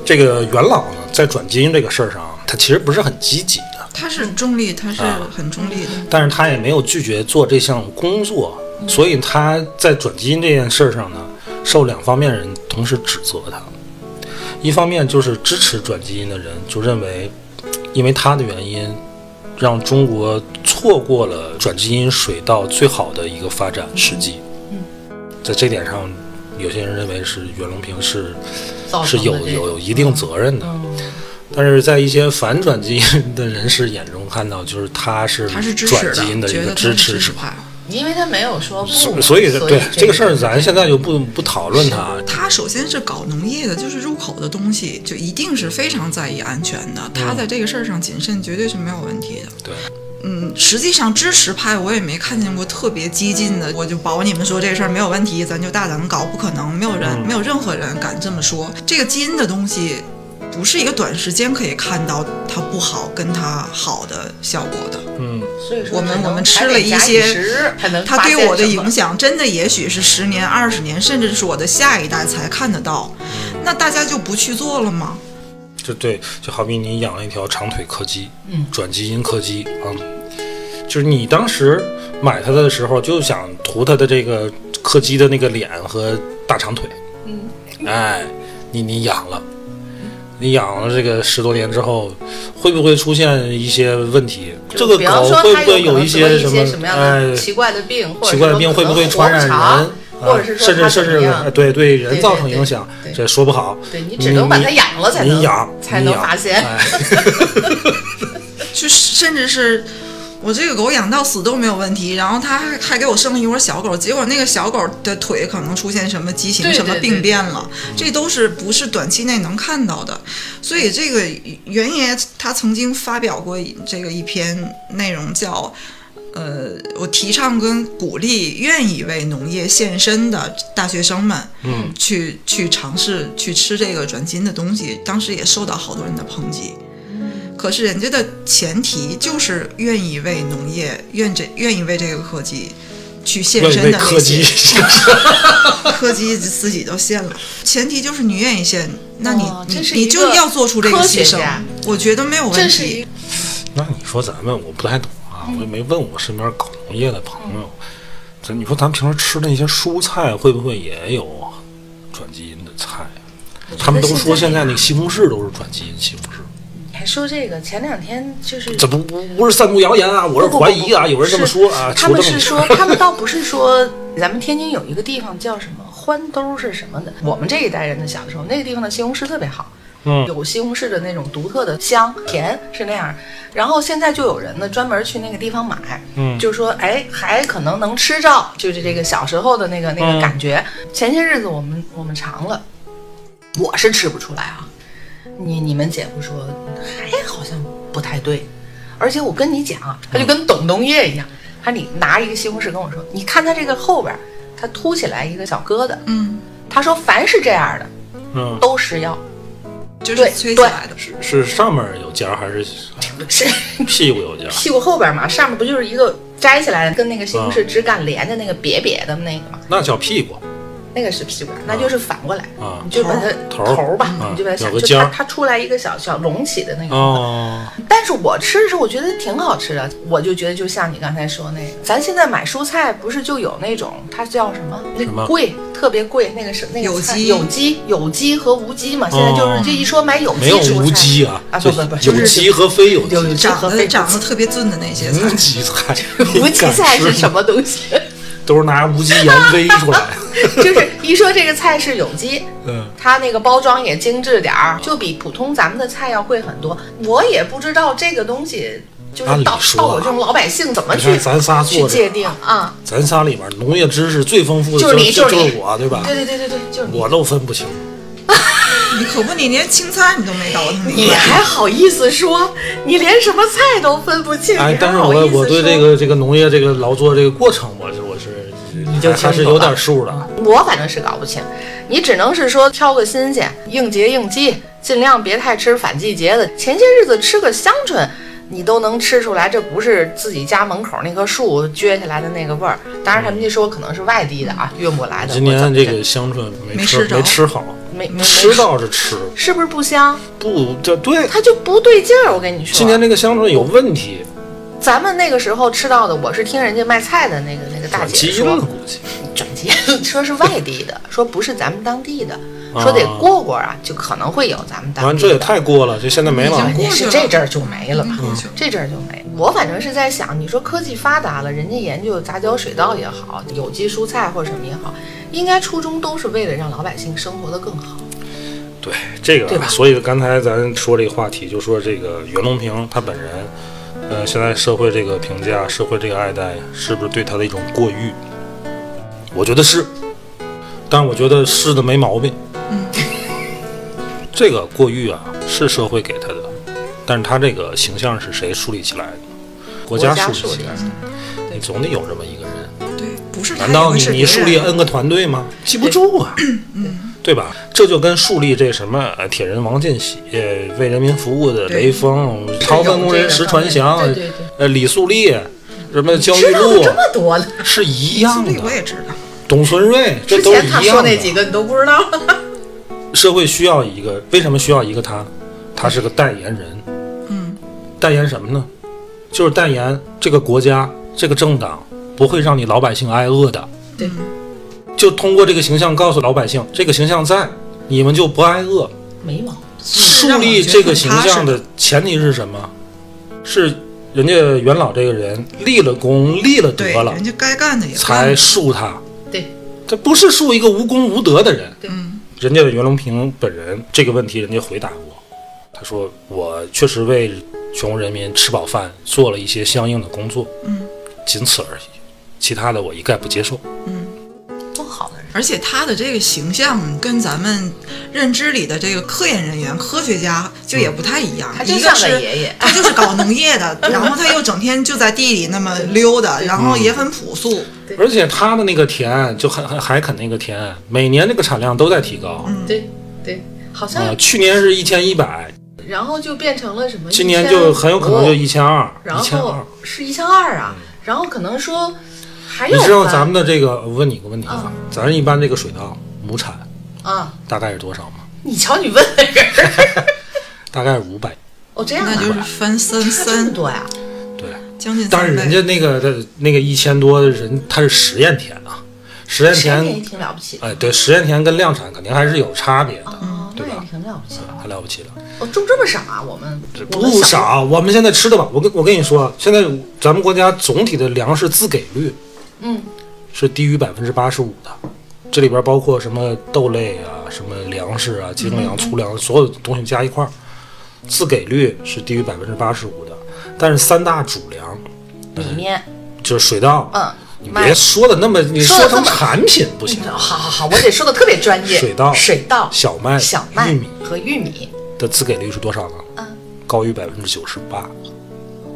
S1: 这个元老呢，在转基因这个事儿上啊，他其实不是很积极的，
S2: 他是中立，他是
S1: 嗯
S2: 很中立的。
S1: 但是他也没有拒绝做这项工作，所以他在转基因这件事儿上呢，受两方面人同时指责他。一方面就是支持转基因的人就认为，因为他的原因，让中国错过了转基因水稻最好的一个发展时机。在这点上，有些人认为是袁隆平是
S3: 造
S1: 是
S3: 成
S1: 有
S3: 的这
S1: 有
S3: 个
S1: 有一定责任的。但是在一些反转基因的人士眼中看到，就是他是
S2: 他是支持
S1: 转基因的一
S2: 觉
S1: 个
S2: 得他是
S1: 持
S2: 支
S1: 者
S2: 持，派。
S3: 因为他没有说不嘛，
S1: 所以对这个事儿，
S3: 是
S1: 咱现在就不不讨论它。
S2: 他首先是搞农业的，就是入口的东西就一定是非常在意安全的。他在这个事儿上谨慎，绝对是没有问题的。
S1: 对，
S2: 嗯，实际上支持派我也没看见过特别激进的，我就保你们说这事儿没有问题，咱就大胆搞，不可能，没有人、没有任何人敢这么说。这个基因的东西，不是一个短时间可以看到它不好跟它好的效果的。
S1: 嗯，
S3: 所以说
S2: 我们
S3: 只能
S2: 我们吃了一些
S3: 还得假以时日才能
S2: 它
S3: 发
S2: 对
S3: 现
S2: 我的
S3: 什么
S2: 影响，真的也许是十年、二十年，甚至是我的下一代才看得到。那大家就不去做了吗？
S1: 就对，就好比你养了一条长腿柯基，
S3: 嗯，
S1: 转基因柯基啊、就是你当时买它的时候就想图它的这个柯基的那个脸和大长腿，嗯，哎，你你养了。
S3: 嗯
S1: 你养了这个十多年之后，会不会出现一些问题？这个
S3: 比方
S1: 狗
S3: 说
S1: 会
S3: 它
S1: 不会
S3: 有可能
S1: 一
S3: 些
S1: 什
S3: 么什么样
S1: 哎
S3: 的奇怪的病，或者
S1: 奇怪的病
S3: 说
S1: 会
S3: 可
S1: 不
S3: 能
S1: 会传染
S3: 活
S1: 人，
S3: 不
S1: 啊
S3: 长或者是说
S1: 甚至
S3: 它
S1: 甚
S3: 怎么
S1: 至
S3: 样
S1: 呃对对人
S3: 对
S1: 造
S3: 对
S1: 成
S3: 对
S1: 影响，
S3: 对
S1: 这说不好。
S3: 对你只能把它养了才能
S1: 你养
S3: 才
S1: 你
S3: 能
S1: 养
S3: 发现
S1: 哎
S2: 就甚至是我这个狗养到死都没有问题，然后它还还给我生了一窝小狗，结果那个小狗的腿可能出现什么畸形、
S3: 对
S2: 什么
S3: 对
S2: 病变了，这都是不是短期内能看到的。所以这个袁爷他曾经发表过这个一篇内容叫。呃，我提倡跟鼓励愿意为农业献身的大学生们，
S1: 嗯，
S2: 去去尝试去吃这个转基因的东西，当时也受到好多人的抨击。可是人家的前提就是愿意为农业、愿这愿意为这个科技去献
S1: 愿意
S2: 身
S1: 为
S2: 的
S1: 柯
S2: 那
S1: 基
S2: 些
S1: 献身
S2: 科技自己都献了，前提就是你愿意献，那你、
S3: 哦
S2: 你
S3: 这是
S2: 你
S3: 一
S2: 就
S3: 个
S2: 要做出这个
S3: 科学
S2: 牺牲
S3: 家，
S2: 我觉得没有问
S3: 这是一
S2: 题
S3: 个。
S1: 那你说咱们我不太懂啊，我也没问我身边搞农业的朋友，咱你说咱平时吃那些蔬菜会不会也有转基因的菜？他们都说现在那西红柿都是转基因西红柿，
S3: 还哎说这个前两天就是
S1: 这不不不是散布谣言啊，我是
S3: 不不不
S1: 怀疑啊，
S3: 不
S1: 有人这么
S3: 是
S1: 说 啊，
S3: 他
S1: 求
S3: 们
S1: 证
S3: 是
S1: 一下
S3: 说，他们倒不是说咱们天津有一个地方叫什么欢兜是什么的，我们这一代人的小时候，那个地方的西红柿特别好。
S1: 嗯
S3: 有西红柿的那种独特的香甜是那样，然后现在就有人呢专门去那个地方买，
S1: 嗯
S3: 就说哎还可能能吃着，就是这个小时候的那个那
S1: 嗯
S3: 个感觉。前些日子我们我们尝了，我是吃不出来啊，你你们姐夫说，哎好像不太对，而且我跟你讲啊，
S1: 嗯
S3: 他就跟懂农业一样，他你拿一个西红柿跟我说，你看它这个后边儿，它凸起来一个小疙瘩，
S2: 嗯，
S3: 他说凡是这样的
S1: 嗯
S3: 都是药，
S2: 就是
S3: 对
S2: 吹起来的。
S1: 是是上面有尖儿还是
S3: 是
S1: 屁股有尖儿？
S3: 屁股后边嘛，上面不就是一个摘下来的，跟那个西红柿枝干连着那个瘪瘪的那个嘛，
S1: 那叫屁股
S3: 那个是屁股，那就是反过来，
S1: 啊
S3: 你就把它
S1: 头儿
S3: 儿吧，
S1: 嗯
S3: 你就把它
S1: 有
S3: 想，
S1: 个
S3: 就
S1: 尖
S3: 它
S1: 儿
S3: 它出来一个小小隆起的那个。
S1: 哦，
S3: 但是我吃的时候，我觉得挺好吃的，我就觉得就像你刚才说那个，咱现在买蔬菜不是就有那种它叫什么？那
S1: 什么
S3: 个贵，特别贵，那个是那个
S2: 有
S3: 菜
S2: 机
S3: 有机有机和无机嘛，现在就是这一说买有
S1: 哦没
S3: 机
S1: 有
S3: 蔬菜，
S1: 无机啊
S3: 啊，
S1: 就
S3: 不不不
S1: 有机和非有
S3: 有有
S1: 机。
S3: 机
S2: 长
S3: 和
S2: 得
S3: 非
S2: 长得特别俊的那些
S1: 无
S2: 菜，
S1: 机菜，
S3: 无机菜是什？么东西？
S1: 都是拿无机盐煨出来。
S3: 就是一说这个菜是有机，
S1: 嗯，
S3: 它那个包装也精致点儿，就比普通咱们的菜要贵很多。我也不知道这个东西就是
S1: 按理
S3: 到
S1: 说啊
S3: 到我这种老百姓怎么
S1: 你
S3: 去
S1: 看咱仨
S3: 去
S1: 做
S3: 界
S1: 的，
S3: 定啊？
S1: 咱仨里面农业知识最丰富的
S3: 就是
S1: 就
S3: 你
S1: 就
S3: 就是你
S1: 是我，对吧？
S3: 对对对对对，就是你。
S1: 我都分不清。
S2: 你可不，你连青菜你都没搞明
S3: 你
S2: 白。
S3: 还好意思说？你连什么菜都分不清？
S1: 哎
S3: 你，
S1: 但
S3: 还
S1: 是
S3: 好
S1: 我
S3: 意思
S1: 我对这
S3: 说
S1: 个这个农业这个劳作这个过程，我是我是
S3: 你就
S1: 还还
S3: 清
S1: 是
S3: 楚
S1: 有
S3: 了
S1: 点数的。
S3: 我反正是搞不清，你只能是说挑个新鲜，应节应季，尽量别太吃反季节的。前些日子吃个香椿，你都能吃出来，这不是自己家门口那棵树撅下来的那个味儿。当然，他们就说可能是外地的啊，运过来的。
S1: 今
S3: 我
S1: 年
S3: 怎么
S1: 这
S3: 着
S1: 个香椿没
S2: 没
S1: 吃
S2: 吃着
S1: 没吃好，
S3: 没没没
S1: 吃倒是吃，
S3: 是不是不香？
S1: 不这对。
S3: 它就不对劲儿。我跟你说，
S1: 今年这个香椿有问题，
S3: 咱们那个时候吃到的，我是听人家卖菜的那个那个大
S1: 转
S3: 姐
S1: 基因
S3: 说
S1: 了，，估计
S3: 转基因说是外地的，说不是咱们当地的，
S1: 啊
S3: 说得过过啊，就可能会有咱们当
S1: 完
S3: 地
S1: 这也
S3: 的。
S1: 太过了，这现在没
S2: 已
S1: 了
S2: 经。过去
S3: 啊是
S2: 了
S3: 这阵儿就没了吧？
S1: 嗯
S2: 过去了
S3: 这阵儿就没。我反正是在想，你说科技发达了，人家研究杂交水稻也好，有机蔬菜或者什么也好，应该初衷都是为了让老百姓生活的更好。
S1: 对这个
S3: 对吧
S1: 啊，所以刚才咱说这个话题，就说这个袁隆平他本人，呃，现在社会这个评价、社会这个爱戴，是不是对他的一种过誉？我觉得是，但我觉得是的没毛病。
S2: 嗯，
S1: 这个过誉啊，是社会给他的，但是他这个形象是谁树立起来的？国家
S3: 国家
S1: 树立
S3: 树
S1: 起
S3: 立
S1: 来
S3: 起
S1: 的，你总得有这么一个人。
S2: 对，不是他，
S1: 难道
S2: 也
S1: 你
S2: 不是
S1: 你
S2: 别
S1: 树
S2: 人
S3: 啊
S1: 立 N 个团队吗？记不住啊，
S3: 嗯
S1: 对吧？这就跟树立这什么呃铁人王进喜、呃为人民服务的雷锋、朝
S3: 有
S1: 分工
S3: 这
S1: 人
S3: 个
S1: 石
S3: 方
S1: 传
S3: 面
S1: 祥
S3: 对对对、
S1: 呃李素丽、什么焦裕
S3: 知道的
S1: 禄
S3: 这么多了，
S1: 是一
S2: 苏
S1: 样
S2: 丽我
S1: 的，
S2: 也知道，
S1: 董存瑞这
S3: 之
S1: 都是
S3: 前
S1: 一
S3: 他说
S1: 样
S3: 那几
S1: 的。嗯
S3: 个你都不知道。
S1: 社会需要一个，为什么需要一个他？他是个代言人，
S2: 嗯，
S1: 代言什么呢？就是代言这个国家、这个政党不会让你老百姓挨饿的。
S3: 对
S1: 就通过这个形象告诉老百姓，这个形象在，你们就不挨饿。
S3: 没毛病，
S2: 所以
S1: 树
S2: 让我
S1: 立
S2: 觉
S1: 这
S2: 得
S1: 个
S2: 很
S1: 形
S2: 踏
S1: 象
S2: 实
S1: 的前提是什么？是人家元老这个人立了功、立了
S2: 对
S1: 德了，
S2: 人家该干的也干
S1: 才
S2: 了，
S1: 树他。
S3: 对，
S1: 这不是树一个无功无德的人。
S2: 嗯，
S1: 人家袁隆平本人这个问题，人家回答过，他说：“我确实为全国人民吃饱饭做了一些相应的工作，
S2: 嗯，
S1: 仅此而已，其他的我一概不接受。
S3: 多好啊的人。
S2: 而且他的这个形象跟咱们认知里的这个科研人员、科学家就
S1: 嗯
S2: 也不太一样，
S3: 他
S2: 一
S3: 真
S2: 个
S3: 像
S2: 是
S3: 个爷爷
S2: 他就是搞农业 的，然后他又整天就在地里那么溜
S3: 嗯
S2: 达，然后也很朴素，
S3: 对
S1: 而且他的那个田，就还还还肯那个田，每年那个产量都在提高。啊、
S3: 对对，好像、
S1: 去年是一千一百，
S3: 然后就变成了什么？
S1: 今年就很有可能就一千二，
S3: 哦然
S1: 一千
S3: 后
S1: 二。嗯
S3: 是一千二啊，然后可能说还
S1: 你
S3: 有
S1: 知道
S3: 吧
S1: 咱们的这个？我问你个问题啊
S3: 嗯，
S1: 咱一般这个水稻亩产
S3: 啊，
S1: 大概是多少吗？
S3: 你瞧你问的人儿，
S1: 大概是五百。
S3: 哦这样啊，
S2: 那
S1: 哎
S2: 就是翻
S3: 差
S2: 三
S3: 这么
S2: 三，
S3: 多呀、
S1: 对，
S2: 将近
S1: 但是人
S2: 三倍。
S1: 家那个的那个一千多的人，他是实验田啊，实验
S3: 十
S1: 田，
S3: 年也挺了不起的，
S1: 哎，对，实验田跟量产肯定还是有差别的，
S3: 哦，那
S1: 对
S3: 也
S1: 吧
S3: 挺了不起的。
S1: 还了不起了。
S3: 哦，种这么少啊？我们我们
S1: 不
S3: 小
S1: 少，我们现在吃的吧，我跟我跟你说，啊现在咱们国家总体的粮食自给率
S3: 嗯，
S1: 是低于百分之八十五的，这里边包括什么豆类啊、什么粮食啊、精粮、粗粮，所有的东西加一块儿，自给率是低于百分之八十五的。但是三大主粮嗯
S3: 里面
S1: 就是水稻，
S3: 嗯，
S1: 你
S3: 麦
S1: 别说的那么，你
S3: 说得
S1: 说成
S3: 这么
S1: 产品不行，
S3: 好好好，我得说的特别专业。
S1: 水稻
S3: 水稻、
S1: 小麦
S3: 小麦、
S1: 玉米
S3: 和玉米，
S1: 的自给率是多少呢？
S3: 嗯，
S1: 高于百分之九十八。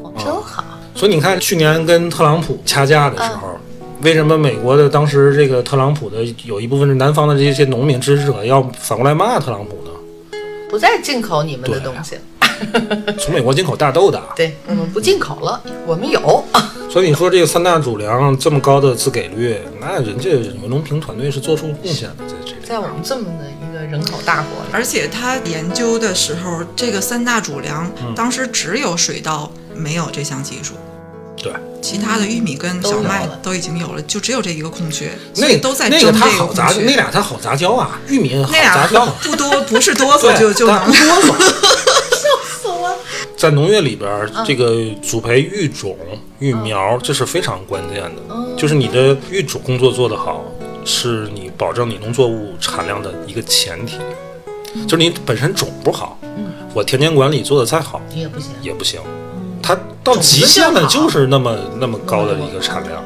S3: 哦真好。
S1: 所以你看，去年跟特朗普掐架的时候，
S3: 嗯
S1: 为什么美国的当时这个特朗普的有一部分是南方的这些农民支持者要反过来骂特朗普呢？
S3: 不再进口你们的
S1: 对啊
S3: 东西了。
S1: 从美国进口大豆的啊，
S3: 对，我们不进口了，我们有。啊
S1: 所以你说这个三大主粮这么高的自给率，那人家有农评团队是做出贡献的，在这里。
S3: 在我们这么的一个人口大国里，
S2: 而且他研究的时候，这个三大主粮、
S1: 嗯
S2: 当时只有水稻没有这项技术，
S1: 对，
S2: 其他的玉米跟
S3: 都有
S2: 小麦
S3: 了
S2: 都已经有了，就只有这一个空缺，所以
S1: 那
S2: 都在
S1: 那个
S2: 争这
S1: 它好
S2: 空
S1: 杂，
S2: 缺。
S1: 那俩它好杂交啊，玉米好
S2: 那俩
S1: 杂交啊，
S2: 不多，不是哆嗦
S1: 对，
S2: 就就
S1: 它
S2: 能
S1: 不。多 嘛。
S3: 死了。
S1: 在农业里边儿，
S2: 嗯
S1: 这个主培育种、育苗，这是非常关键的。
S2: 嗯
S1: 就是你的育种工作做得好，是你保证你农作物产量的一个前提。
S2: 嗯
S1: 就是你本身种不好，我田间管理做得再好
S3: 你也不行，
S1: 也不行，
S2: 嗯
S1: 它到极限了就是那么那么高的一个产量。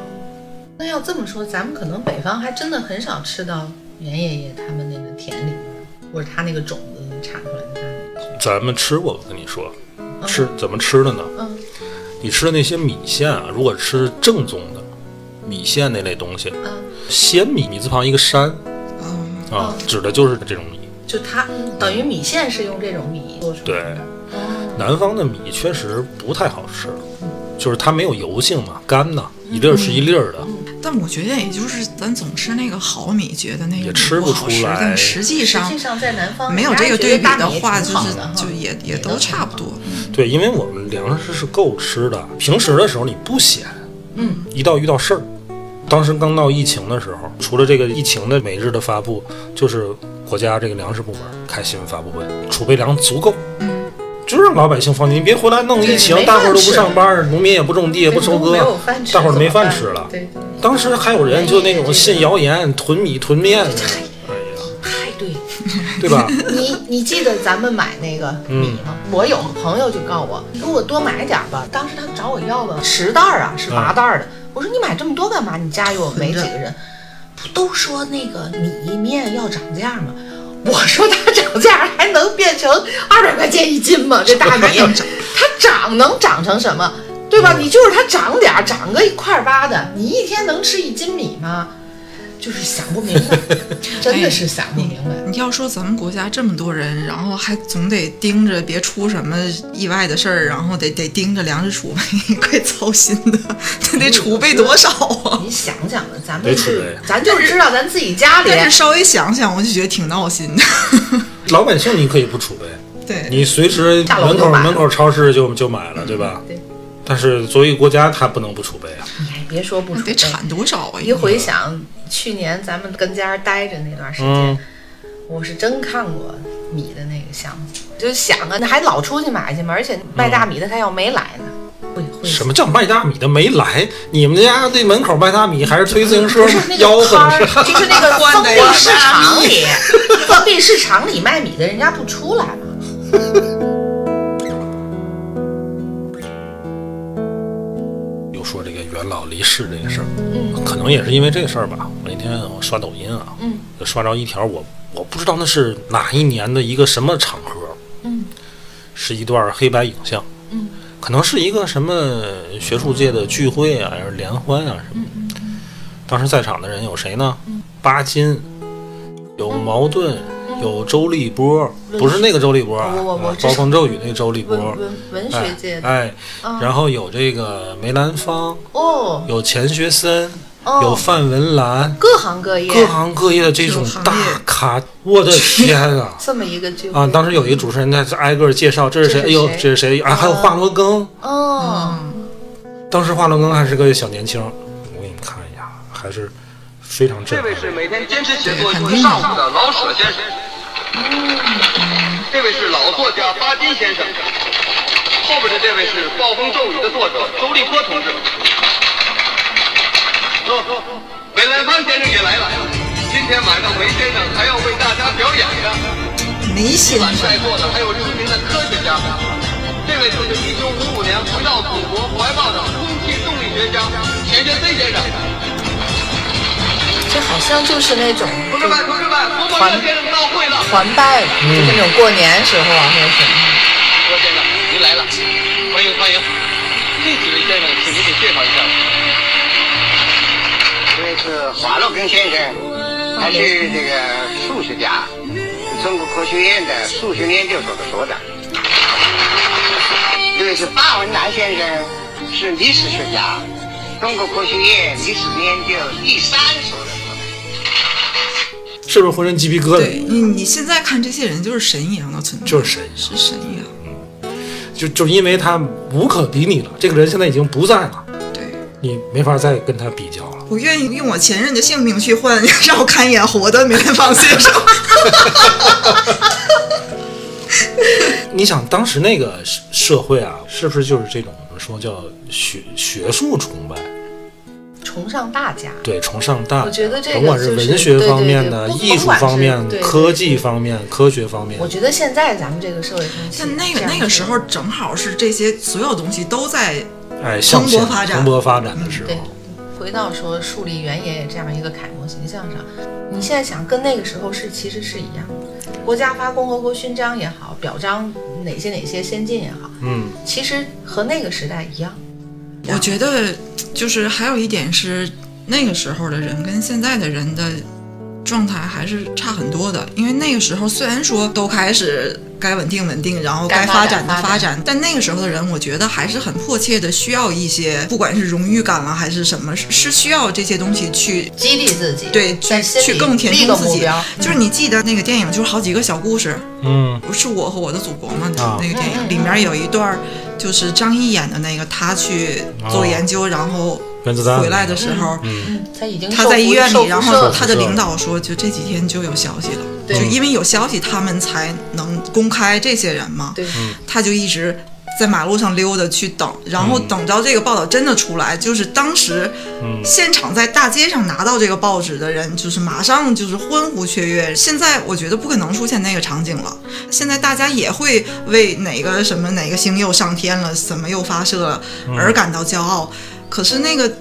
S3: 那要这么说，咱们可能北方还真的很少吃到袁爷爷他们那个田里面，或者他那个种子产出来的大米。
S1: 咱们吃，我跟你说，吃怎么吃的呢？
S3: 嗯，
S1: 你吃的那些米线啊，如果吃正宗的米线那类东西，鲜米米字旁一个山，
S2: 嗯，
S1: 啊，指的就是这种米。
S3: 就它等于米线是用这种米做出来
S1: 对
S3: 的。，
S1: 南方的米确实不太好吃，就是它没有油性嘛，干呐，一粒儿是一粒儿的。
S2: 但我觉得也就是咱总吃那个好米，觉得那
S1: 也
S2: 个
S1: 吃不
S2: 好
S1: 出
S2: 吃，
S1: 来
S2: 但实际
S3: 实
S2: 上
S3: 际上在南方
S2: 没有这个对比的话，就
S3: 大米也挺嗯好
S2: 是
S3: 的哈
S2: 就也也都差不。多。
S1: 对，因为我们粮食是够吃的，平时的时候你不咸，
S3: 嗯，
S1: 一到遇到事儿，当时刚闹疫情的时候，除了这个疫情的每日的发布，就是国家这个粮食部门开新闻发布会，储备粮足够，嗯，就让老百姓放心，你别回来弄疫情
S3: 对，没
S1: 大伙儿都
S3: 饭吃
S1: 不上班，农民也不种地，也不收
S3: 没
S1: 割
S3: 有饭，吃
S1: 大伙儿
S3: 怎
S1: 没
S3: 么
S1: 饭
S3: 办
S1: 吃了。
S3: 对，对
S1: 当时还有人就那
S3: 哎这
S1: 种
S3: 个
S1: 信谣言，囤米囤面的，哎呀，
S3: 太对了。
S1: 对吧？
S3: 你你记得咱们买那个米吗？我有个朋友就告我，给我多买点儿吧。当时他找我要了十袋儿啊，是八袋儿的。我说你买这么多干嘛？你家又没几个人，不都说那个米面要涨价吗？我说它涨价还能变成二百块钱一斤吗？这大米
S2: 还能涨
S3: 它涨能涨成什么？对吧？你就是它涨点儿，涨个一块八的，你一天能吃一斤米吗？就是想不明白，真的是想不明白。
S2: 你要说咱们国家这么多人，然后还总得盯着别出什么意外的事儿，然后得得盯着粮食储备， 怪操心的， 这得储备多少啊？
S3: 你想想吧，咱
S1: 没
S3: 们
S1: 储
S3: 是
S1: 备，
S3: 咱就知道咱自己家里，
S2: 但是稍微想想，我就觉得挺闹心的。
S1: 老百姓你可以不储备，
S2: 对，
S1: 你随时
S3: 下楼
S1: 门
S3: 就
S1: 口
S3: 买了嗯
S1: 门口超市就就买了，对吧？
S3: 对
S1: 但是作为国家，它不能不储备啊。
S3: 哎，别说不
S2: 那
S3: 储
S2: 得
S3: 备，
S2: 产多少啊？
S3: 一回想去年咱们跟家待着那段时间，
S1: 嗯，
S3: 我是真看过米的那个箱子，就想啊，那还老出去买去嘛，而且卖大米的他要没来呢，
S1: 嗯
S3: 会会
S1: 什么叫卖大米的没来？你们家对门口卖大米还是推自行车
S3: 不是那
S1: 吆
S3: 个摊
S1: 喝
S3: 儿，
S1: 是吧？
S3: 就是那个
S2: 关
S3: 封
S2: 的
S3: 闭
S2: 呀
S3: 市场里，封闭市场里卖米的人家不出来嘛。
S1: 又说这个元老离世这个事儿，可能也是因为这事儿吧。我那天我刷抖音啊，
S3: 嗯
S1: 就刷着一条我我不知道那是哪一年的一个什么场合，
S3: 嗯，
S1: 是一段黑白影像，
S3: 嗯，
S1: 可能是一个什么学术界的聚会啊，还是联欢啊什么
S3: 嗯
S1: 的。当时在场的人有谁呢？巴金，有
S3: 嗯
S1: 茅盾，有周立波，不是那个周立波啊，
S3: 哦我我我
S1: 啊
S3: 知
S1: 暴风骤雨那个周立波
S3: 文，文文
S1: 哎
S3: 学界的
S1: 哎，
S3: 嗯
S1: 然后有这个梅兰芳，
S3: 哦
S1: 有钱学森，
S3: 哦，
S1: 有范文澜，
S3: 各行各业！
S1: 各行各业的这种
S2: 各行
S1: 大
S2: 业
S1: 咖，我的天啊
S3: 这么一个聚会
S1: 啊，当时有一个主持人在挨个介绍，这是谁？
S3: 这
S1: 哎
S3: 是谁嗯
S1: 呦，这是谁啊？还有华罗庚，嗯
S3: 哦。
S1: 当时华罗庚还是个小年轻，我给你们看一下，还是非常震
S4: 这
S1: 撼
S4: 位。是每天坚持写作一上午的老舍先生，嗯这位是老作家巴金先生，后边的这位是《暴风骤雨》的作者周立波同志。坐，梅兰芳先生也来了，今天晚上梅先生还要为大家表演呢。
S2: 没心
S4: 晚在座的还有著名的科学家，这位就是一九五五年回到祖国怀抱的空气动力学家钱学森先生。
S3: 这好像就是那种
S4: 同志们，同志们，冯伯乐先生到会了。
S3: 团拜吧，就那种过年时候啊，或者什么。
S4: 罗先生，您来了，欢迎欢迎。这几位先生，请您给介绍一下。这位是华罗庚先生，他是这个数学家，中国科学院的数学研究所的所长。这位是巴文南先生，是历史学家，中国科学院历史研究第三所的所长。
S1: 是不是浑身鸡皮疙
S2: 对
S1: 瘩？
S2: 你，你现在看这些人就是神一样的存在，
S1: 就是神一样，
S2: 是神一样。
S1: 就就是因为他无可比拟了，这个人现在已经不在了，
S2: 对
S1: 你没法再跟他比较了。
S2: 我愿意用我前任的性命去换 让我看一眼活的梅兰芳先生。
S1: 你想当时那个社社会啊，是不是就是这种怎么说叫学学术崇拜？
S3: 崇尚大家，
S1: 对，崇尚大家，
S3: 我觉得这个
S1: 甭管
S3: 就是
S1: 文学方面的、
S3: 对对对不
S1: 艺术方面
S3: 不管是、对
S1: 科技方面、科学方面
S3: 我，觉得现在咱们这个社会风气，
S2: 但那个
S3: 这样
S2: 那个
S3: 子
S2: 时候正好是这些所有东西都在
S1: 哎，向
S2: 蓬勃
S1: 前
S2: 发展
S1: 蓬勃发展的时
S3: 对
S1: 候，，
S3: 回到说树立原野这样一个楷模形象上，你现在想跟那个时候是其实是一样的，国家发共和国勋章也好，表彰哪些哪些先进也好，
S1: 嗯，
S3: 其实和那个时代一样。
S2: 我觉得，就是还有一点是，那个时候的人跟现在的人的状态还是差很多的。因为那个时候虽然说都开始该稳定稳定，然后
S3: 该
S2: 该
S3: 发
S2: 发
S3: 展
S2: 展的
S3: 发
S2: 发
S3: 展
S2: 展，但那个时候的人，我觉得还是很迫切的需要一些，不管是荣誉感了还是什么，是是需要这些东西去。
S3: 激励自己，
S2: 对，
S3: 在
S2: 去
S3: 心里
S2: 去更填
S3: 立
S2: 充
S3: 个
S2: 自
S3: 目
S2: 己
S3: 标，，
S2: 就是你记得那个电影，就是好几个小故事，
S1: 嗯，
S2: 不是我和我的祖国嘛，
S1: 啊
S2: 那个电
S3: 嗯嗯嗯
S2: 影里面有一段儿，就是张译演的那个，他去做研究，然后
S1: 原哦子弹
S2: 回来的时候，
S3: 嗯他已经
S2: 他
S3: 受
S2: 在
S3: 辐
S2: 医院
S3: 受
S2: 里，
S3: 辐
S2: 然
S3: 射
S2: 后
S3: 了
S2: 他的领导说，就这几天就有消息了，
S3: 对
S2: 就因为有消息，他们才能公开这些人嘛。
S3: 对，
S2: 他就一直在马路上溜达去等，然后等到这个报道真的出来，就是当时现场在大街上拿到这个报纸的人，就是马上就是欢呼雀跃。现在我觉得不可能出现那个场景了，现在大家也会为哪个什么哪个星又上天了，什么又发射了而感到骄傲，可是那个。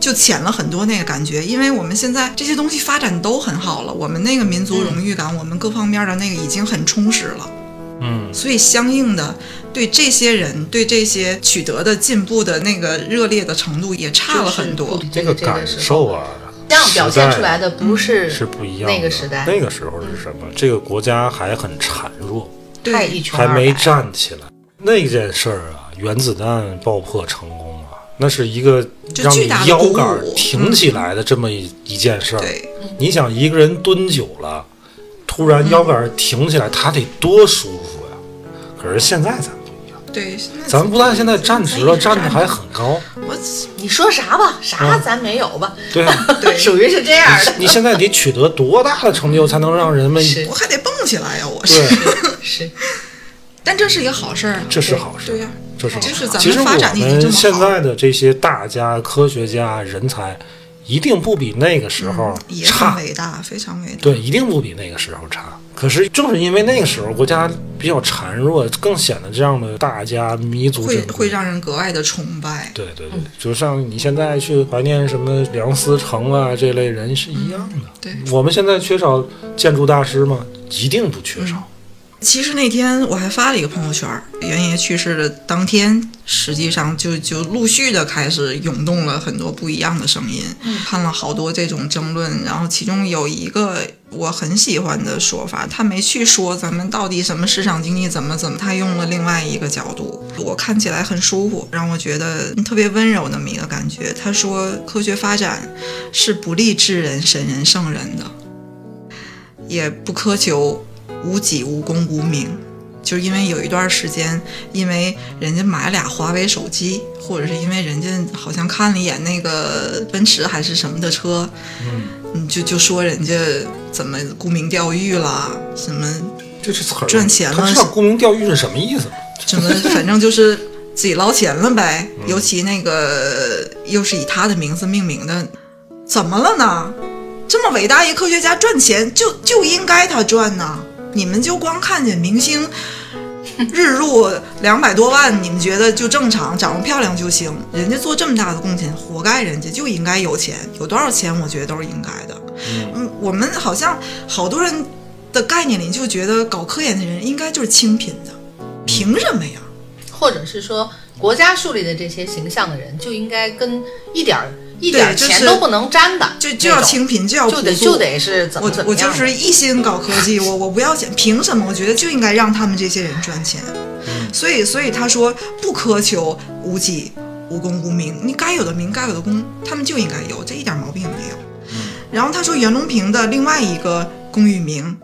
S2: 就浅了很多那个感觉，因为我们现在这些东西发展都很好了，我们那个民族荣誉感，我们各方面的那个已经很充实了。
S1: 嗯，
S2: 所以相应的，对这些人对这些取得的进步的那个热烈的程度也差了很多。
S3: 就是
S1: 这
S3: 个
S1: 个
S3: 这个
S1: 感
S3: 时候
S1: 受啊，
S3: 这样表
S1: 时代
S3: 现
S1: 嗯
S3: 出来的不是
S1: 是不一样的。
S3: 那个时代，
S1: 那个时候是什么？这个国家还很孱弱，
S3: 太
S2: 对
S3: 一，穷
S1: 还
S3: 二白
S1: 没站起来。那件事儿啊，原子弹爆破成功啊，那是一个
S2: 就
S1: 让你
S2: 巨大的
S1: 腰
S2: 鼓舞
S1: 杆儿挺起来的这么一一件事儿。
S2: 对，
S1: 你想一个人蹲久了，突然腰杆儿挺起来，他得多舒服呀！可是现在咱不一样，
S2: 对，现在
S1: 咱不但现在站直了，站的还很高，
S2: 哎我
S3: 你说啥吧，啥
S1: 嗯
S3: 咱没有吧，
S1: 对 啊。
S2: 对
S3: 属于是这样 的，
S1: 你现在得取得多大的成就才能让人们
S3: 是
S2: 我还得蹦起来呀，我是。
S1: 对，
S3: 是
S2: 但这是一个好事儿啊，
S1: 这是好事。
S2: 对呀
S1: 这是好事
S2: 哎就是咱们
S1: 其实我
S2: 发展已经这
S1: 们
S2: 么好
S1: 现在的这些大家、科学家、人才，一定不比那个时候
S2: 嗯也很
S1: 差。
S2: 伟大，非常伟大。
S1: 对，一定不比那个时候差。可是正是因为那个时候国家比较孱弱，更显得这样的大家弥足
S2: 会
S1: 珍贵
S2: 会。让嗯人格外的崇拜，
S1: 对对对，就像你现在去怀念什么梁思成啊这类人是一样的。
S2: 对，
S1: 我们现在缺少建筑大师吗？一定不
S2: 嗯
S1: 缺少。
S2: 其实那天我还发了一个朋友圈儿，袁爷去世的当天，实际上就就陆续的开始涌动了很多不一样的声音，看了好多这种争论，然后其中有一个我很喜欢的说法，他没去说咱们到底什么市场经济怎么怎么，他用了另外一个角度，我看起来很舒服，让我觉得嗯特别温柔那么一个感觉。他说，科学发展是不立智人、神人、圣人的，也不苛求无己、无功、无名。就是因为有一段时间，因为人家买俩华为手机，或者是因为人家好像看了一眼那个奔驰还是什么的车，嗯，你就就说人家怎么沽名钓誉啦，什么
S1: 这这词儿
S2: 赚钱了
S1: 他知道沽名钓誉是什么意思吗？
S2: 什么，反正就是自己捞钱了呗。尤其那个又是以他的名字命名的，怎么了呢？这么伟大一科学家赚钱就就应该他赚呐！你们就光看见明星日入两百多万，你们觉得就正常，长得漂亮就行？人家做这么大的贡献，活该，人家就应该有钱，有多少钱我觉得都是应该的。嗯，我们好像好多人的概念里就觉得搞科研的人应该就是清贫的，凭什么呀？
S3: 或者是说国家树立的这些形象的人，就应该跟一点儿一点
S2: 对就
S3: 钱
S2: 是
S3: 都不能沾的那
S2: 就
S3: 种，
S2: 就要清贫，就要
S3: 就得
S2: 朴素
S3: 就得是怎么
S2: 我
S3: 怎么
S2: 我
S3: 样
S2: 就
S3: 的
S2: 是一心搞科技，我我不要钱，凭什么？我觉得就应该让他们这些人赚钱。
S3: 嗯
S2: 所以所以他说不苛求无己、无功、无名，你该有的名、该有的功，他们就应该有，这一点毛病也没有。
S3: 嗯
S2: 然后他说袁隆平的另外一个龚玉明。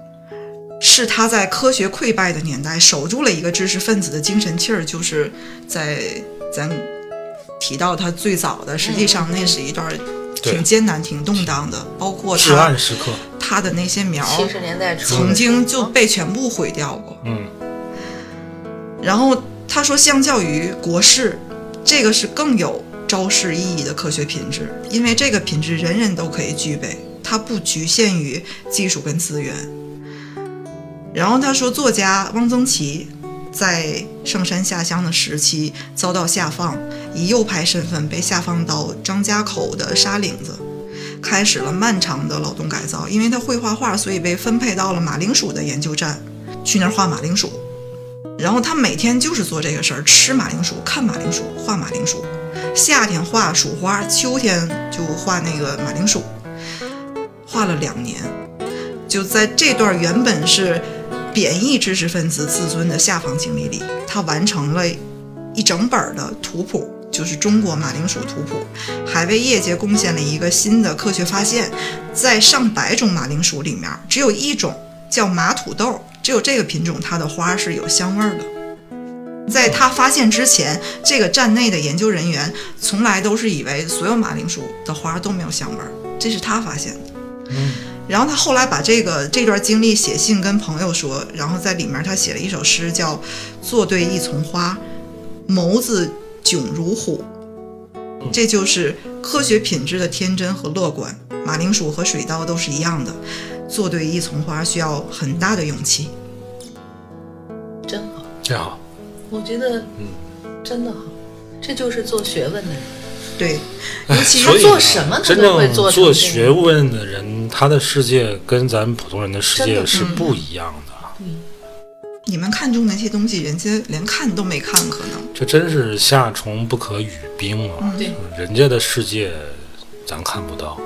S2: 是他在科学溃败的年代守住了一个知识分子的精神气儿，就是在咱提到他最早的，
S3: 嗯
S2: 实际上那是一段
S1: 对
S2: 挺艰难、挺动荡的，包括
S1: 至
S2: 他
S1: 暗时刻，
S2: 他的那些苗
S3: 七十年代初
S2: 曾经就
S3: 啊
S2: 被全部毁掉过。
S1: 嗯，
S2: 然后他说，相较于国士，这个是更有昭示意义的科学品质，因为这个品质人人都可以具备，它不局限于技术跟资源。然后他说，作家汪曾祺在上山下乡的时期遭到下放，以右派身份被下放到张家口的沙岭子。开始了漫长的劳动改造，因为他会画画，所以被分配到了马铃薯的研究站，去那儿画马铃薯。然后他每天就是做这个事儿，吃马铃薯，看马铃薯，画马铃薯。夏天画薯花，秋天就画那个马铃薯，画了两年。就在这段原本是贬义知识分子自尊的下方经历里，他完成了一整本儿的图谱，就是中国马铃薯图谱，还为业界贡献了一个新的科学发现。在上百种马铃薯里面，只有一种叫马土豆，只有这个品种它的花是有香味儿的。在他发现之前，这个站内的研究人员从来都是以为所有马铃薯的花都没有香味儿，这是他发现的。然后他后来把这个这段经历写信跟朋友说，然后在里面他写了一首诗，叫《作对一丛花》，眸子炯如虎，这就是科学品质的天真和乐观。马铃薯和水稻都是一样的，做对一丛花需要很大的勇气。
S3: 真好，
S1: 这样好，
S3: 我觉得
S1: 嗯
S3: 真的好，这就是做学问的人，
S2: 对，尤其
S1: 哎所以呢
S2: 是
S3: 做什么他
S1: 真
S3: 都会
S1: 正
S3: 做成
S1: 做
S3: 这样
S1: 学问的人，他的世界跟咱们普通人的世
S3: 真
S1: 界
S3: 的
S1: 是
S2: 嗯
S1: 不一样的。
S2: 你们看中那些东西，人家连看都没看，可能
S1: 这真是夏虫不可语冰啊！
S3: 嗯对，
S1: 人家的世界咱看不到，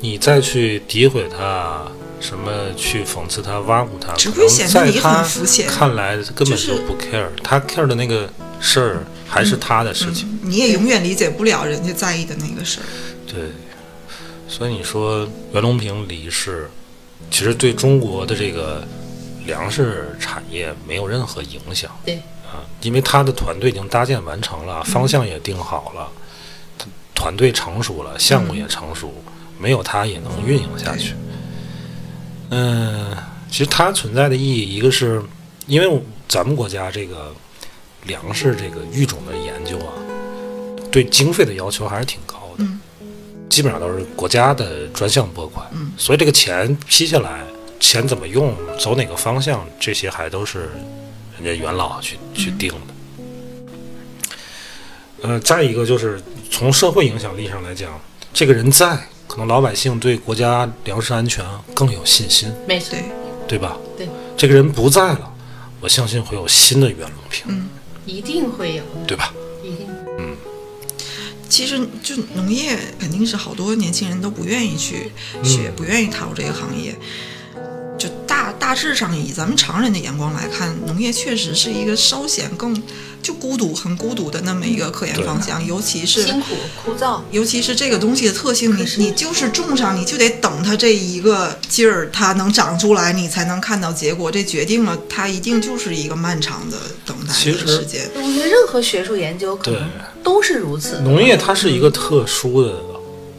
S1: 你再去诋毁他，什么去讽刺他、挖苦他，
S2: 只
S1: 可
S2: 会
S1: 能
S2: 显得
S1: 在
S2: 你
S1: 他
S2: 很肤浅
S1: 看来根本
S2: 就是
S1: 就不 care，、他 care 的那个事儿还
S3: 嗯
S1: 是他的事情。
S2: 你也永远理解不了人家在意的那个事儿。
S1: 对，所以你说袁隆平离世，其实对中国的这个粮食产业没有任何影响。
S3: 对
S1: 啊，因为他的团队已经搭建完成了，方向也定好了，他团队成熟了，项目也成熟，没有他也能运营下去。嗯，其实它存在的意义，一个是因为咱们国家这个粮食这个育种的研究啊，对经费的要求还是挺高的，
S2: 嗯
S1: 基本上都是国家的专项拨款，
S2: 嗯
S1: 所以这个钱批下来，钱怎么用，走哪个方向，这些还都是人家元老去去定的。呃，再一个就是从社会影响力上来讲，这个人在，可能老百姓对国家粮食安全更有信心。
S3: 没错
S1: 对
S2: 对，，
S1: 吧？
S3: 对，
S1: 这个人不在了，我相信会有新的袁隆平，
S3: 一定会有的，
S1: 对吧？
S3: 一定。
S2: 其实就农业肯定是好多年轻人都不愿意去
S1: 嗯
S2: 学，不愿意踏入这个行业。就大大致上以咱们常人的眼光来看，农业确实是一个稍显更就孤独、很孤独的那么一个科研
S1: 对
S2: 方向，尤其是
S3: 辛苦枯燥，
S2: 尤其是这个东西的特性，你
S3: 可是
S2: 你就是种上，你就得等它这一个劲儿，它能长出来，你才能看到结果。这决定了它一定就是一个漫长的等待
S1: 其
S2: 的
S1: 实
S2: 时间。
S3: 我觉得任何学术研究可能都是如此。
S1: 农业它是一个特殊的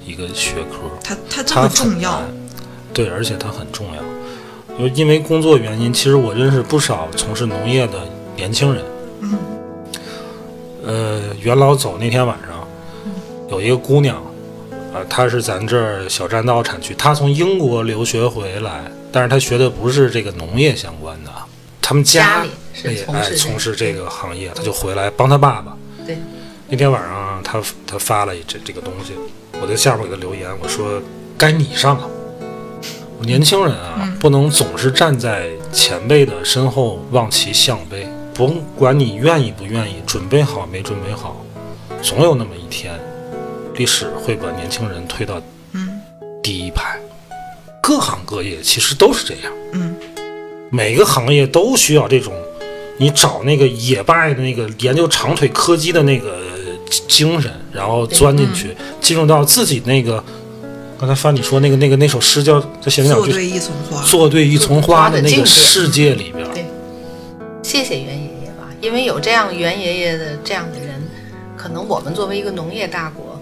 S1: 一个学科，
S2: 它它这
S1: 它
S2: 么
S1: 很
S2: 重要
S1: 难，对，而且它很重要。就因为工作原因，其实我认识不少从事农业的年轻人。嗯，呃，袁老走那天晚上，有一个姑娘，呃，她是咱这儿小栈道产区，她从英国留学回来，但是她学的不是这个农业相关的啊，他们
S3: 家
S1: 家
S3: 里是
S1: 哎哎
S3: 从事这个嗯
S1: 从事这个行业，她就回来帮她爸爸。
S3: 对，
S1: 那天晚上他他发了这这个东西，我在下面给他留言，我说该你上了。我年轻人啊，
S3: 嗯
S1: 不能总是站在前辈的身后望其项背，甭管你愿意不愿意，准备好没准备好，总有那么一天，历史会把年轻人推到
S5: 嗯
S1: 第一排。各行各业其实都是这样，
S2: 嗯，
S1: 每个行业都需要这种，你找那个野败的那个研究长腿柯基的那个精神，然后钻进去，
S5: 嗯
S1: 进入到自己那个。刚才范你说那个那个那首诗叫叫写两
S2: 做
S1: 句
S2: 对一丛花，
S1: 啊做对一丛花的那
S5: 做对一丛花的境
S1: 个
S5: 界
S1: 世界里边儿，
S5: 对，谢谢袁爷爷吧，因为有这样袁爷爷的这样的人，可能我们作为一个农业大国，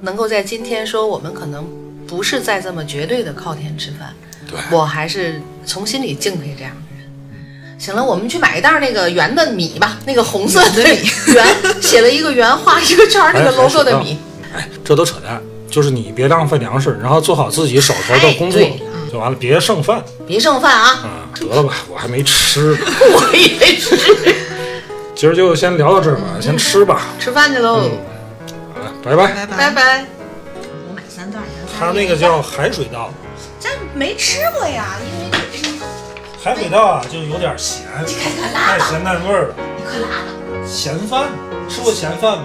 S5: 能够在今天说我们可能不是再这么绝对的靠天吃饭，
S1: 对
S5: 我还是从心里敬佩这样的人。行了，我们去买一袋那个圆的米吧，那个红色的米，圆写了一个圆，画一个圈儿那个
S1: 哎
S5: logo 的米，，
S1: 哎，这都扯淡。就是你别浪费粮食，然后做好自己手头的工作
S5: 哎对
S1: 就完了，别剩饭
S5: 别剩饭啊！
S1: 啊、得了吧，我还没吃 呢，
S5: 我以为是
S1: 今儿就先聊到这儿吧，先吃吧，
S5: 吃饭去喽，
S6: 嗯
S1: 好了，拜拜。
S2: 拜拜
S5: 拜拜。
S6: 我买三袋儿，
S1: 它那个叫海水稻，
S6: 咱没吃过呀，因为你
S1: 海水稻啊，就有点咸，带咸淡味儿了，
S6: 可辣了。
S1: 咸饭。吃过咸饭吗？